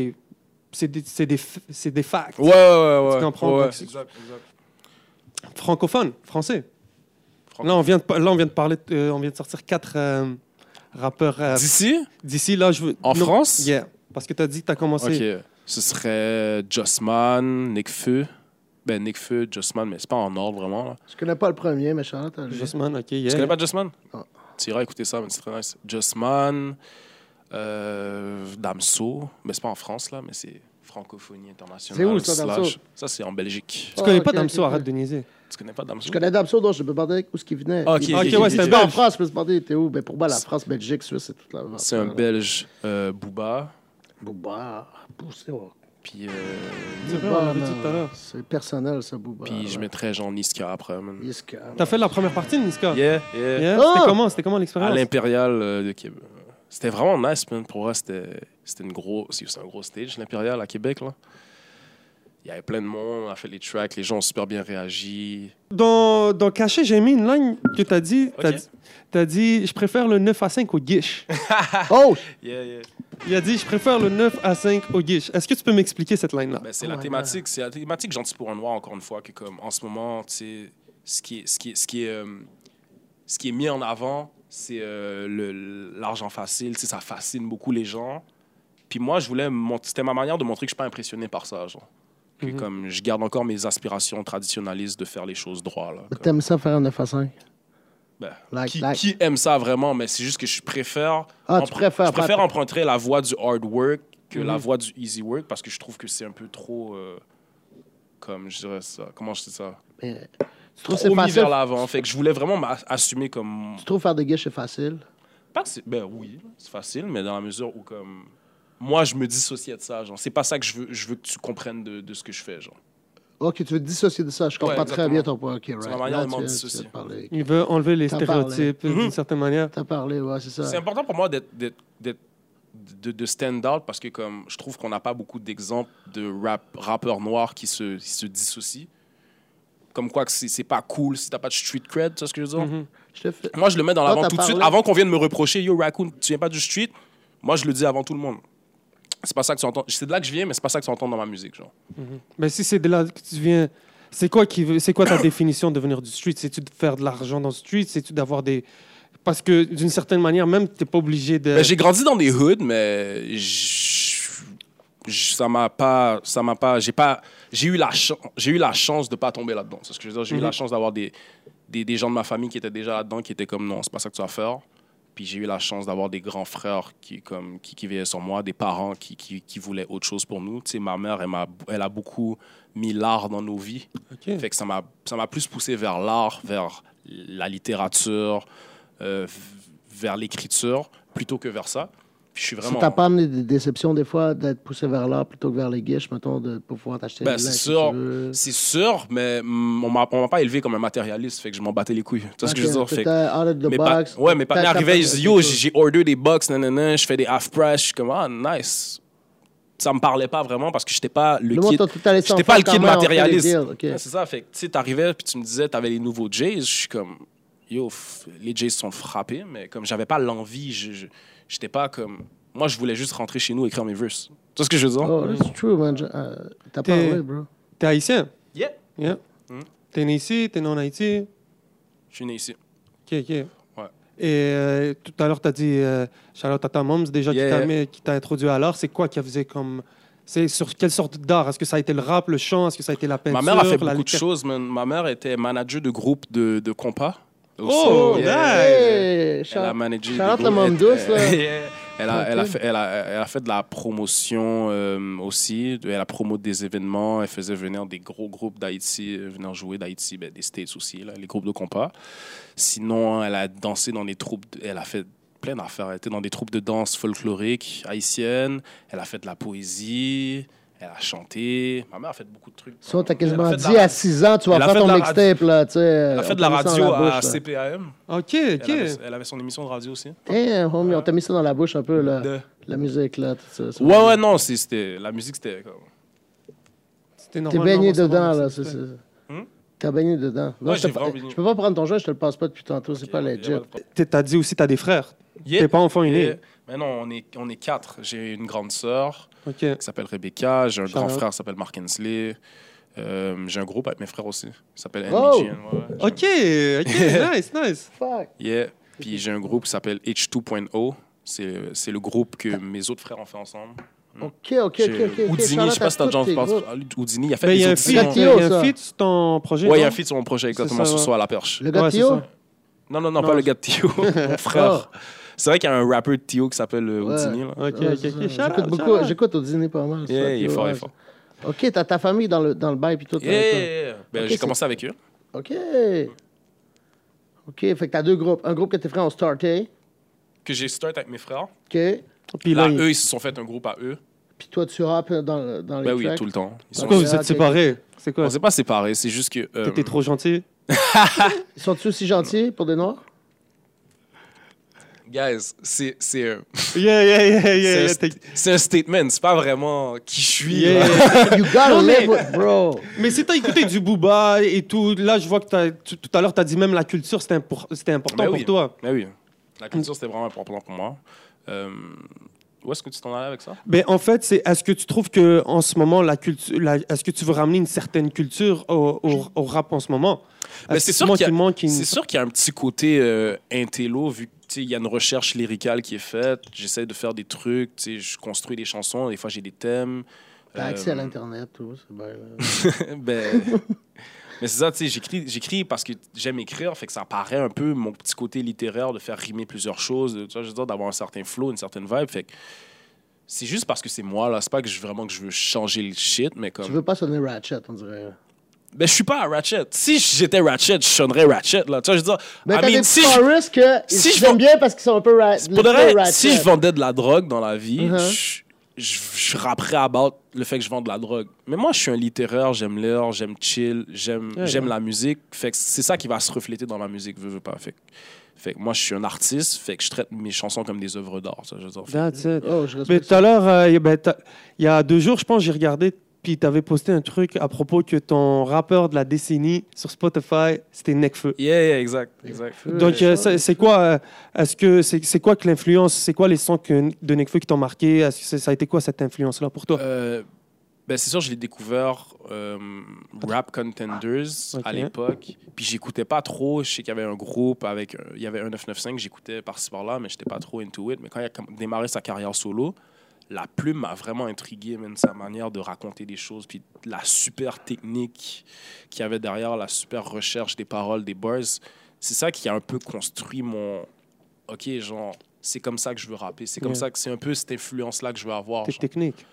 S1: c'est des, c'est des, f- c'est des facts.
S2: Ouais, ouais, ouais. ouais.
S1: Tu comprends,
S2: Ouais,
S1: donc
S2: ouais.
S1: c'est- Francophone, français.
S2: Franco-
S1: Là, on vient de, pa- là, on vient de parler, de- euh, on vient de sortir quatre euh, rappeurs euh,
S2: D'ici,
S1: d'ici. Là, je veux.
S2: en
S1: non,
S2: France,
S1: Yeah. Parce que t'as dit que t'as commencé.
S2: ok, ce serait Jossman, Nick Feu. Ben, Nick Feu, Jossman, mais c'est pas en ordre vraiment. Là.
S3: Je connais pas le premier, mais Charlotte, elle-
S1: Jossman, OK,
S2: Tu
S1: yeah.
S2: connais pas Jossman
S3: Non.
S2: Tu iras écouter ça, mais c'est très nice. Jossman, euh, Damso, mais c'est pas en France là, mais c'est francophonie internationale.
S3: C'est où, ça, Damso
S2: slash- Ça, c'est en Belgique.
S1: Tu connais
S3: Ah,
S1: pas
S3: ok,
S1: Damso,
S3: ok, ok.
S1: arrête de niaiser.
S2: Tu connais pas Damso
S3: Je connais Damso, donc je peux parler avec où ce qu'il venait.
S2: Ok,
S3: Il-
S2: ok,
S1: ok, ouais, c'est un
S3: Il était en
S1: Belge.
S3: France, je peux se demander, il était où? Ben pour moi, la France, Belgique, Suisse, c'est toute la
S2: C'est un Belge, euh, Booba,
S3: Booba. Bou- c'est- oh,
S2: puis, euh,
S1: C'est vrai,
S3: Booba,
S1: Ah, on l'avait dit
S3: non.
S1: tout à l'heure.
S3: C'est personnel, ça, Booba.
S2: puis je mettrais genre Niska après. man.
S3: Iska.
S1: T'as fait la première partie, Niska?
S2: Yeah, yeah.
S1: Yeah,
S3: Ah!
S1: C'était comment, c'était comment
S2: à
S1: l'expérience?
S2: l'Impérial euh, de Québec. C'était vraiment nice, man. Pour moi, c'était c'était une gros, c'est c'est un gros stage, l'Impérial à Québec, là. Il y avait plein de monde, on a fait les tracks, les gens ont super bien réagi.
S1: Dans, dans Caché, j'ai mis une ligne que t'as dit. T'as
S2: Ok.
S1: dit- t'as dit, je préfère le 9 à 5 au guiche.
S3: Oh!
S2: Yeah, yeah.
S1: Il a dit, je préfère le 9 à 5 au guiche. Est-ce que tu peux m'expliquer cette ligne-là?
S2: Ben, c'est
S3: Oh
S2: la
S3: my
S2: thématique, c'est la thématique gentil pour un noir encore une fois que comme en ce moment, tu sais, ce qui est ce qui est ce qui est euh, ce qui est mis en avant, c'est euh, le- l'argent facile, tu sais, ça fascine beaucoup les gens. Puis moi, je voulais mon- c'était ma manière de montrer que je suis pas impressionné par ça, genre. Que
S3: Mm-hmm.
S1: Mhm.
S2: comme je garde encore mes aspirations traditionnalistes de faire les choses droit là. comme-
S3: T'aimes ça faire un 9 à 5?
S2: ben,
S3: Like,
S2: qui,
S3: like.
S2: qui aime ça vraiment, mais c'est juste que je préfère,
S3: Ah, tu
S2: empr-
S3: préfères,
S2: je préfère
S3: pas-
S2: emprunter la voie du hard work que la
S1: Mhm.
S2: voie du easy work parce que je trouve que c'est un peu trop. euh, comme je dirais ça. Comment je dis ça
S3: Mais euh, Tu
S2: Trop
S3: trouves c'est
S2: mis
S3: facile?
S2: vers l'avant. Fait que je voulais vraiment m'assumer comme.
S3: Tu trouves faire des guiches, c'est facile?
S2: Pas que c'est. Ben oui, c'est facile, mais dans la mesure où comme. Moi, je me dissociais de ça. Genre, c'est pas ça que je veux, je veux que tu comprennes de, de ce que je fais. Genre.
S3: Ok, tu veux te dissocier de ça. Je comprends
S2: Ouais,
S3: très
S2: exactement.
S3: bien ton point. Ok, right.
S2: la manière
S3: Là,
S2: de
S3: tu
S2: m'en
S3: viens- tu viens
S2: dissocier.
S3: de parler.
S1: Il veut enlever les
S3: T'en
S1: stéréotypes
S2: parlais.
S3: hein. Mm-hmm.
S1: d'une
S2: Mhm.
S1: certaine manière.
S3: T'as parlé, ouais, c'est
S2: C'est
S3: ça.
S2: important pour moi d'être, d'être- d'être- de, de stand out parce que comme je trouve qu'on n'a pas beaucoup d'exemples de rap, rappeurs noirs qui se, qui se dissocient. Comme quoi que c'est, c'est pas cool si t'as pas de street cred, tu vois ce que je veux dire?
S1: Mhm.
S3: Je te fais-
S2: Moi, je le mets dans
S3: Toi,
S2: l'avant
S3: t'as
S2: tout de suite.
S3: parlé.
S2: Avant qu'on vienne me reprocher, yo, Raccoon, tu viens pas du street, moi, je le dis avant tout le monde. C'est pas ça que tu entends. C'est de là que je viens, mais c'est pas ça que tu entends dans ma musique, genre.
S1: Mais Ben, si c'est de là que tu viens, c'est quoi qui veut- c'est quoi ta définition de venir du street C'est-tu de faire de l'argent dans le street C'est-tu d'avoir des parce que d'une certaine manière, même t'es pas obligé de.
S2: Ben, j'ai grandi dans des hoods, mais j- j- ça m'a pas, ça m'a pas, j'ai pas, j'ai eu la chance, j'ai eu la chance de pas tomber là-dedans. C'est ce que je veux dire. J'ai eu la chance d'avoir des, des, des gens de ma famille qui étaient déjà là-dedans, qui étaient comme non, c'est pas ça que tu vas faire. Puis j'ai eu la chance d'avoir des grands frères qui, comme, qui, qui veillaient sur moi, des parents qui, qui, qui voulaient autre chose pour nous. Tu sais, ma mère, elle, m'a- elle a beaucoup mis l'art dans nos vies.
S1: Ok.
S2: Fait que ça m'a, ça m'a plus poussé vers l'art, vers la littérature, euh, v- vers l'écriture, plutôt que vers ça. Puis je suis
S3: Ça
S2: vraiment.
S3: t'a pas amené des déceptions des fois d'être poussé vers l'art plutôt que vers les guiches, mettons, de pouvoir t'acheter
S2: Ben,
S3: les
S2: c'est
S3: lacs que
S2: sûr.
S3: tu veux.
S2: C'est sûr, mais mm, on m'a, on m'a pas élevé comme un matérialiste, fait que je m'en battais les couilles. Tu vois ce que je veux dire?
S3: Ok,
S2: Fait que-
S3: t'étais out of the
S2: mes pa-
S3: box.
S2: ouais, mes partenaires
S3: T'as- t'as
S2: arrivaient, ils
S3: pas-
S2: disaient Yo, j'ai j'ai order des box, nanana, je fais des half price. Je suis comme Ah, nice. Ça me parlait pas vraiment parce que j'étais pas le,
S3: Le
S2: kid.
S3: monde t'a tout à laissé
S2: J'étais
S3: en
S2: pas le
S3: fond
S2: kid
S3: quand même, on fait les
S2: matérialiste.
S3: deals, ok.
S2: Ouais, c'est ça, fait que tu sais, t'arrivais puis tu me disais, t'avais les nouveaux Jays. Je suis comme, yo, f- les Jays sont frappés, mais comme j'avais pas l'envie, je- je- j'étais pas comme. Moi, je voulais juste rentrer chez nous écrire mes verses. Tu vois ce que je veux dire?
S3: Oh, that's true, man. Je- euh, T'as
S1: T'es-
S3: parlé, bro.
S1: T'es haïtien?
S4: Yeah.
S1: Yeah.
S2: Mhm.
S1: T'es né ici, t'es né en Haïti?
S2: Je suis né ici.
S1: OK, OK.
S2: Ouais.
S1: Et euh, tout à l'heure, t'as dit, euh, Charlotte, à ta mom, c'est déjà qui
S2: Yeah.
S1: t'a mis- qui t'a introduit à l'art. C'est quoi qui faisait comme. C'est sur quelle sorte d'art Est-ce que ça a été le rap, le chant Est-ce que ça a été la peinture
S2: Ma mère a fait
S1: la
S2: beaucoup de
S1: littér-
S2: choses. man. Ma mère était manager de groupe de, de compas. aussi.
S1: Oh, nice.
S3: Hey,
S2: Elle a
S3: shout-
S2: managé.
S3: shout
S2: des
S3: out la
S2: groupes.
S3: Mom Douce, là.
S2: Yeah. elle, a, elle, a
S3: Tranquille.
S2: fait, elle, a, elle a fait de la promotion euh, aussi. Elle a promo des événements. Elle faisait venir des gros groupes d'Haïti, euh, venir jouer d'Haïti, ben, des States aussi, là, les groupes de compas. Sinon, elle a dansé dans des troupes. de- elle a fait plein d'affaires. Elle était dans des troupes de danse folklorique haïtienne. Elle a fait de la poésie. Elle a chanté. Ma mère a fait beaucoup de trucs.
S3: Ça, t'as
S2: Elle
S3: quasiment
S2: a fait de la
S3: dit à 6 ans, tu vas
S2: Elle a
S3: faire
S2: fait
S3: ton
S2: de la
S3: mixtape, là, tu sais.
S2: elle a fait de la radio à CPAM.
S1: Ok, ok.
S2: Elle, avait, elle avait son émission de radio aussi.
S3: Damn, homie, on t'a mis ça dans la bouche un peu, là.
S2: De-
S3: La musique, là, tout ça. ça.
S2: Ouais, ouais, non, c'est- c'était la musique, c'était comme.
S1: C'était
S3: T'es
S1: normal,
S3: baigné
S1: non, ça va,
S3: dedans,
S1: merci,
S3: là.
S1: c'est
S3: c'est-
S1: fait.
S3: c'est-
S2: Hmm?
S3: T'as baigné dedans. Non,
S2: Ouais,
S3: je, te
S2: j'ai
S3: pa-
S2: vraiment baigné.
S3: je peux pas prendre ton jeu, je te le passe pas depuis tantôt, c'est pas legit.
S1: T'es- T'as dit aussi, t'as des frères.
S2: Yeah.
S1: T'es pas enfant unique.
S2: Mais non, on est, on est quatre. J'ai une grande sœur
S1: Ok.
S2: qui s'appelle Rebecca. J'ai un grand
S1: Shout out.
S2: frère qui s'appelle Mark Hensley. Euh, J'ai un groupe avec mes frères aussi. qui s'appelle
S3: Oh.
S2: NBGN. ouais, ouais. J'ai un-
S1: Ok,
S2: [LAUGHS]
S1: ok, nice, nice.
S3: Fuck.
S2: Yeah. Puis j'ai un groupe qui s'appelle H2.0. oh. C'est c'est le groupe que mes autres frères ont fait ensemble.
S3: Ok, ok, ok,
S2: J'ai-
S3: ok. ok,
S2: Oudini, je
S3: Charlotte,
S2: sais pas si t'as
S3: à
S2: déjà
S3: tous tes
S2: entendu
S3: groupes.
S2: parler d'Oudini. Il a fait
S1: Ben, Il y
S2: des
S1: a un
S2: auditions.
S1: feat,
S3: Gatio,
S1: il y a
S3: ça.
S1: un feat sur ton projet.
S2: Ouais, il y a
S1: non?
S2: un feat sur mon projet exactement
S1: ça,
S2: sur
S1: ouais.
S2: Soit à la perche.
S3: Le gars
S1: Ouais,
S3: de
S1: c'est
S3: Théo?
S1: ça.
S2: Non, non, non,
S1: Non,
S2: pas le gars de Théo, mon frère. C'est vrai qu'il y a un rappeur de Théo qui s'appelle euh,
S3: Ouais.
S2: Houdini. là.
S1: Ok,
S3: Ouais,
S1: ok,
S3: c'est ça.
S1: ok. Shout out,
S3: J'écoute
S1: shout
S3: beaucoup,
S1: out.
S3: j'écoute au dîner pas
S1: [LAUGHS]
S3: mal. ça,
S2: Yeah, il est
S3: Théo,
S2: fort, il est
S3: ouais.
S2: fort.
S3: Ok, t'as ta famille dans le, dans le bail puis tout. là, toi.
S2: Yeah. Ben,
S3: Ok,
S2: j'ai
S3: c'est-
S2: commencé avec eux.
S3: Ok. Ok, fait que t'as deux groupes. Un groupe que tes frères ont starté.
S2: Que j'ai start avec mes frères.
S3: hein, Ok.
S1: Puis
S2: Là,
S1: là,
S2: eux, ils se sont fait un groupe à eux.
S3: Puis toi, tu rap dans, le- dans les
S2: Ben oui,
S3: tracks.
S2: tout le temps. Ils sont-
S1: pourquoi
S3: Ouais,
S1: vous
S3: ok.
S1: êtes séparés C'est quoi
S2: On s'est pas séparés, c'est juste que. euh,
S1: T'étais trop gentil
S3: Ils sont-ils aussi gentils pour
S2: [LAUGHS]
S3: des noirs?
S2: Guys, c'est c'est, euh,
S1: Yeah, yeah, yeah, yeah.
S2: c'est un
S1: yeah,
S2: st-
S1: t'es-
S2: c'est un statement, c'est pas vraiment qui je suis.
S1: Yeah,
S2: là.
S1: yeah.
S3: You gotta
S1: Non, mais-
S3: live with... Bro!
S1: [LAUGHS] Mais si t'as écouté du Booba et tout, là, je vois que t'as- tu- tout à l'heure, t'as dit même la culture, c'était impor- c'était important
S2: Ben
S1: pour
S2: oui.
S1: toi.
S2: Ben oui. La culture, c'était vraiment important pour moi. Euh, où est-ce que tu t'en allais avec ça?
S1: Ben, en fait, c'est est-ce que tu trouves que en ce moment, la culture, la- est-ce que tu veux ramener une certaine culture au, au- au rap en ce moment
S2: Ben,
S1: Est-ce
S2: c'est
S1: que
S2: sûr
S1: tu manques-
S2: qu'il y a-
S1: il manque une-
S2: C'est sûr qu'il y a un petit côté euh, intello, vu qu'il y a une recherche lyricale qui est faite. J'essaie de faire des trucs, tu sais, je construis des chansons, des fois j'ai des thèmes.
S3: T'as
S1: Bah,
S3: accès à
S2: Euh,
S3: l'Internet, tout. c'est bien, là.
S2: [LAUGHS] ben, mais c'est ça, tu sais, j'écris, j'écris parce que j'aime écrire, fait que ça paraît un peu mon petit côté littéraire de faire rimer plusieurs choses, de- tu vois, je veux dire, d'avoir un certain flow, une certaine vibe, fait que c'est juste parce que c'est moi, là, c'est pas que je, vraiment que je veux changer le shit, mais
S3: Tu
S2: comme...
S3: veux pas sonner Ratchet, on dirait. là.
S2: Ben, je suis pas à Ratchet. Si j'étais Ratchet, je sonnerais Ratchet, là, tu vois, je veux dire...
S3: Mais
S2: I
S3: t'as
S2: mean,
S3: des
S2: si
S3: petits
S2: je-
S3: Forest que
S2: si
S3: ils
S2: je
S3: aiment
S2: vends-
S3: bien parce qu'ils sont un peu ra-
S2: pour de
S3: un peu
S2: vrai,
S3: Ratchet.
S2: si je vendais de la drogue dans la vie,
S1: Uh-huh.
S3: Mhm.
S2: je- je, je rapperais about le fait que je vends de la drogue. Mais moi, je suis un littéraire, j'aime l'heure, j'aime chill, j'aime
S1: Ouais,
S2: j'aime
S1: ouais.
S2: la musique. Fait que c'est ça qui va se refléter dans ma musique, veux, veux pas. Fait que, fait que moi, je suis un artiste, fait que je traite mes chansons comme des œuvres d'art. ça, je veux dire. Fait-
S1: That's it.
S3: Oh, je
S1: Mais
S3: respecte
S1: tout à l'heure, euh, y- ben, t'as- il y a deux jours, je pense, j'ai regardé, puis t'avais posté un truc à propos que ton rappeur de la décennie sur Spotify, c'était Necfeu.
S2: Yeah, yeah, exact, exact.
S3: ça.
S1: Donc, euh, c'est c'est quoi, euh, est-ce que c'est c'est quoi que l'influence, c'est quoi les sons que, de Nekfeu qui t'ont marqué Est-ce que c'est- ça a été quoi cette influence là pour toi
S2: Euh, ben c'est sûr, je l'ai découvert euh, Rap Contenders
S1: Ah, Ok.
S2: à l'époque. Puis j'écoutais pas trop. Je sais qu'il y avait un groupe avec. euh, Il y avait un 995, j'écoutais par-ci par-là, mais j'étais pas trop into it. Mais quand il a comm- démarré sa carrière solo, la plume m'a vraiment intrigué, même sa manière de raconter des choses. Puis la super technique qu'il y avait derrière, la super recherche des paroles, des bars. C'est ça qui a un peu construit mon. Ok, genre, c'est comme ça que je veux rapper. C'est comme
S1: Yeah.
S2: ça que c'est un peu cette influence-là que je veux avoir.
S1: Tes
S2: genre.
S1: techniques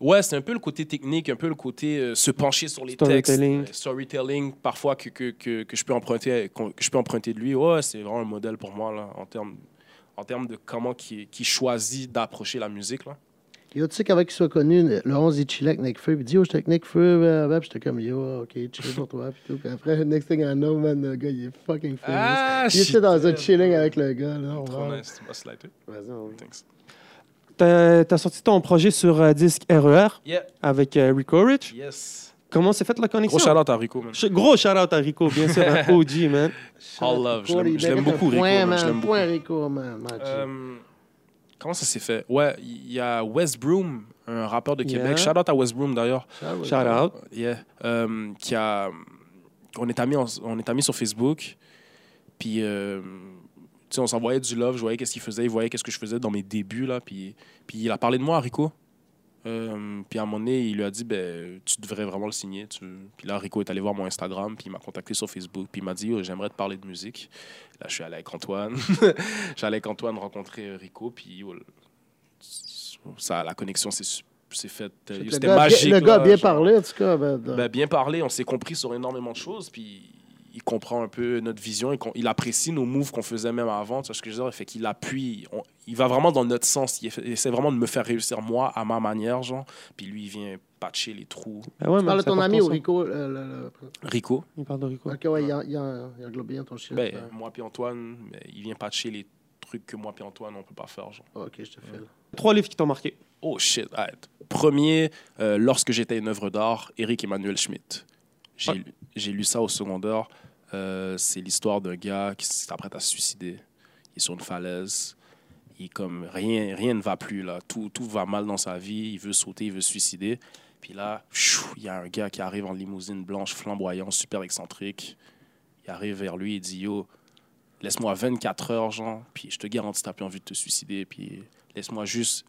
S2: Ouais, c'est un peu le côté technique, un peu le côté euh, se pencher sur les
S1: Storytelling.
S2: textes, euh, storytelling, parfois que, que, que, que je peux emprunter, qu'on- que je peux emprunter de lui. Ouais, c'est vraiment un modèle pour moi là, en termes en termes de comment qui qui choisit d'approcher la musique là.
S3: Yo, tu sais qu'avant qu'il soit connu, le 11, il chillait avec Nekfeu. Il dit, yo, j'étais avec Nekfeu. euh, ouais. Puis j'étais comme, yo, ok, chill pour toi. Puis tout. Puis après, [LAUGHS] next thing I know, man, le gars, il est fucking famous. il était dans un chilling avec le gars. Là, on
S2: Ah, Trop
S3: va-
S2: nice, tu vas slider.
S3: Vas-y, on-
S2: Thanks.
S1: T'as as sorti ton projet sur euh, disque RER
S2: Yeah,
S1: avec euh, Rico Rich.
S2: yes.
S1: Comment s'est faite la connexion
S2: Gros shout-out à Rico, man.
S1: Ch- Gros shout out à Rico, bien sûr, un
S2: [LAUGHS]
S1: OG, man.
S2: All love, je
S3: Rico,
S2: l'aime-
S3: il
S2: je l'aime
S3: mérite un
S2: beaucoup, Rico,
S3: Point,
S2: man, je
S3: man.
S2: l'aime
S3: Point, Rico, man. man,
S2: Euh, comment ça s'est fait Ouais, il y a West Broom, un rappeur de
S1: Yeah.
S2: Québec. Shout out à Westbroom d'ailleurs.
S1: Shout out.
S2: Yeah. Euh, qui a, on est amis, on, on est amis sur Facebook. Puis, euh, tu sais, on s'envoyait du love. Je voyais qu'est-ce qu'il faisait. Il voyait qu'est-ce que je faisais dans mes débuts là. Puis, puis il a parlé de moi à Rico. Euh, puis à un moment donné, il lui a dit ben, Tu devrais vraiment le signer. tu- Puis là, Rico est allé voir mon Instagram, puis il m'a contacté sur Facebook, puis il m'a dit Oh, J'aimerais te parler de musique. Là, je suis allé avec Antoine. [LAUGHS] J'allais avec Antoine rencontrer euh, Rico, puis oh, ça, la connexion s'est su- s'est faite. euh,
S3: Le
S2: C'était
S3: gars a bien-
S2: magique.
S3: Le
S2: là,
S3: gars a bien
S2: genre.
S3: parlé, en tout cas. ben, dans-
S2: Ben, bien parlé, on s'est compris sur énormément de choses, puis il comprend un peu notre vision, il, com- il apprécie nos moves qu'on faisait même avant, tu vois ce que je veux dire, fait qu'il appuie, on- il va vraiment dans notre sens, il eff- il essaie vraiment de me faire réussir moi à ma manière, genre, puis lui il vient patcher les trous.
S1: Ben ouais,
S3: Tu
S1: man,
S3: parles de
S1: c'est
S3: ton ami
S1: important,
S3: au
S1: ça.
S3: Rico. euh, le- le-
S2: Rico,
S1: Il parle de Rico.
S3: Ok, ouais, il a- il a il a englobé bien ton hein. chien.
S2: ben, moi puis Antoine, ben, il vient patcher les trucs que moi puis Antoine on peut pas faire, genre.
S3: Ok, je te
S2: euh,
S3: file.
S1: Trois livres qui t'ont marqué.
S2: Oh shit, arrête. Premier, euh, lorsque j'étais une œuvre d'art, Eric Emmanuel Schmitt. J'ai
S1: Ouais.
S2: lu- j'ai lu ça au secondaire. Euh, c'est l'histoire d'un gars qui s'apprête à se suicider. Il est sur une falaise. Il est comme rien, rien ne va plus là. Tout, tout va mal dans sa vie. Il veut sauter, il veut se suicider. Puis là, chou, il y a un gars qui arrive en limousine blanche, flamboyant, super excentrique. Il arrive vers lui et dit Yo, laisse-moi 24 heures, genre, puis je te garantis, t'as plus envie de te suicider, puis laisse-moi juste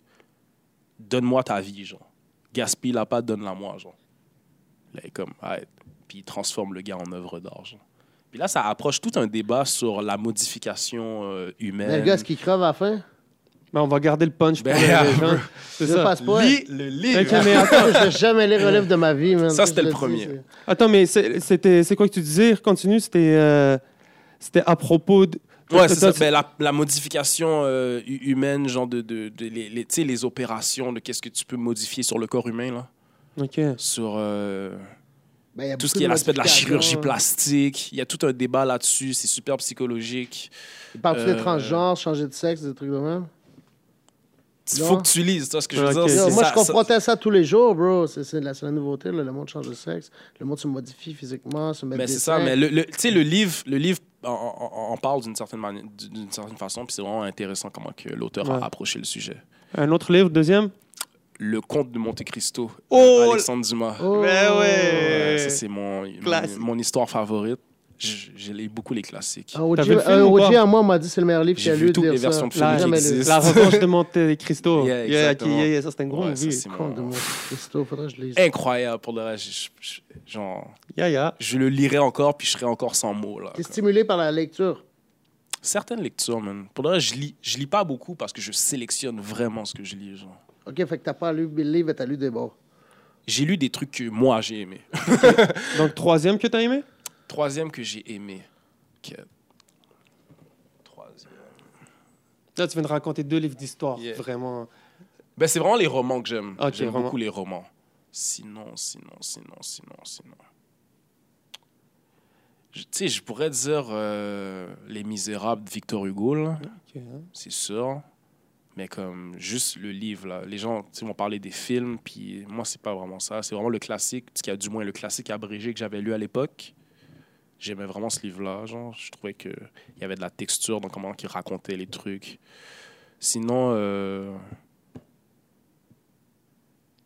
S2: donne-moi ta vie, genre. Gaspille la pas, donne-la moi, genre. Là, il est comme, ouais. Puis il transforme le gars en œuvre d'art, genre. Puis là, ça approche tout un débat sur la modification euh, humaine.
S3: Le gars, est-ce qu'il creve à
S2: [LAUGHS]
S3: la fin?
S1: Ben, on va garder le punch pour
S2: Ben,
S1: les gens.
S2: [LAUGHS]
S1: C'est
S3: Je
S1: ça.
S3: passe Ah, pas.
S2: Lis le livre.
S1: Ok, mais attends,
S3: Je vais jamais les relève de ma vie, man.
S2: Ça, c'était
S3: Je
S2: le
S3: dis,
S2: premier.
S3: c'est-
S1: attends, mais c'est- c'était c'est quoi que tu disais Continue, c'était euh, c'était à propos de.
S2: Ouais, c'est ça.
S1: Toi, tu-
S2: Ben, la, la modification euh, hu- humaine, genre de, de, de- les, les- tu sais, les opérations, de qu'est-ce que tu peux modifier sur le corps humain, là.
S1: Ok.
S2: Sur euh,
S3: Ben, il y a
S2: tout ce
S3: beaucoup
S2: qui est
S3: de
S2: l'aspect de la
S3: modifications.
S2: chirurgie plastique. Il y a tout un débat là-dessus. C'est super psychologique.
S3: Il parle
S2: Euh,
S3: des transgenres, changer de sexe, des trucs de même.
S2: Il
S3: Non.
S2: faut que tu lises, tu vois ce que je veux
S1: Ok.
S2: dire.
S1: Yo,
S2: c'est
S3: Yo,
S2: ça,
S3: moi, je
S2: ça-
S3: confrontais ça... tous les jours, bro. C'est c'est la, c'est la nouveauté. là. Le monde change de sexe. Le monde se modifie physiquement, se met
S2: Mais
S3: des
S2: Ben, c'est ça,
S3: seins.
S2: mais le, le- tu sais, le livre, le livre en- en, en- en parle d'une certaine, mani- d'une certaine façon, puis c'est vraiment intéressant comment que l'auteur
S1: Ouais.
S2: a approché le sujet.
S1: Un autre livre, deuxième
S2: Le Comte de Monte Cristo,
S1: Oh
S2: Alexandre Dumas.
S3: Oh.
S1: Ben ouais.
S2: Ouais, ça, c'est mon,
S1: Classique.
S2: mon, mon histoire favorite. J- J'ai lu beaucoup les classiques.
S3: Un OG,
S1: T'as vu le film
S3: un
S1: ou pas
S3: OG euh, à moi m'a dit c'est le meilleur livre qu'il
S2: J'ai
S3: a
S2: vu
S3: lu.
S2: toutes
S3: dire
S2: les
S3: ça.
S2: versions de films
S1: La-
S2: qui
S3: jamais lu.
S2: existent.
S1: La revanche de Monte Cristo.
S2: Yeah,
S1: qui-
S2: exactement.
S1: yeah, ça, c'était un gros
S2: Ouais, ça,
S1: movie.
S2: c'est mon-
S3: Compte de moi, Christo, faudrait que je lise.
S2: Incroyable pour le reste. Je- je- genre,
S1: Yeah, yeah.
S2: je le lirai encore, puis je serai encore sans mots. Là,
S3: T'es
S2: comme.
S3: stimulé par la lecture.
S2: Certaines lectures, man. Pour le reste, je lis, je lis pas beaucoup parce que je sélectionne vraiment ce que je lis. Genre.
S3: OK, fait que t'as pas lu mille livres, t'as lu des bons.
S2: J'ai lu des trucs que moi j'ai aimé.
S1: Donc, troisième que t'as aimé
S2: Troisième que j'ai aimé. Ok. Troisième.
S1: Là, tu viens de raconter deux livres d'histoire.
S2: Yeah.
S1: Vraiment.
S2: Ben, c'est vraiment les romans que j'aime.
S1: Ok,
S2: j'aime
S1: romans.
S2: beaucoup les romans. Sinon, sinon, sinon, sinon, sinon. Je- Tu sais, je pourrais dire euh, Les Misérables de Victor Hugo, là,
S1: Ok, hein.
S2: c'est sûr. Mais comme juste le livre, là. Les gens tu sais, vont parler des films, puis moi, c'est pas vraiment ça. C'est vraiment le classique, ce qui a du moins le classique abrégé que j'avais lu à l'époque. J'aimais vraiment ce livre-là. Genre, je trouvais qu'il y avait de la texture dans comment il racontait les trucs. Sinon, euh,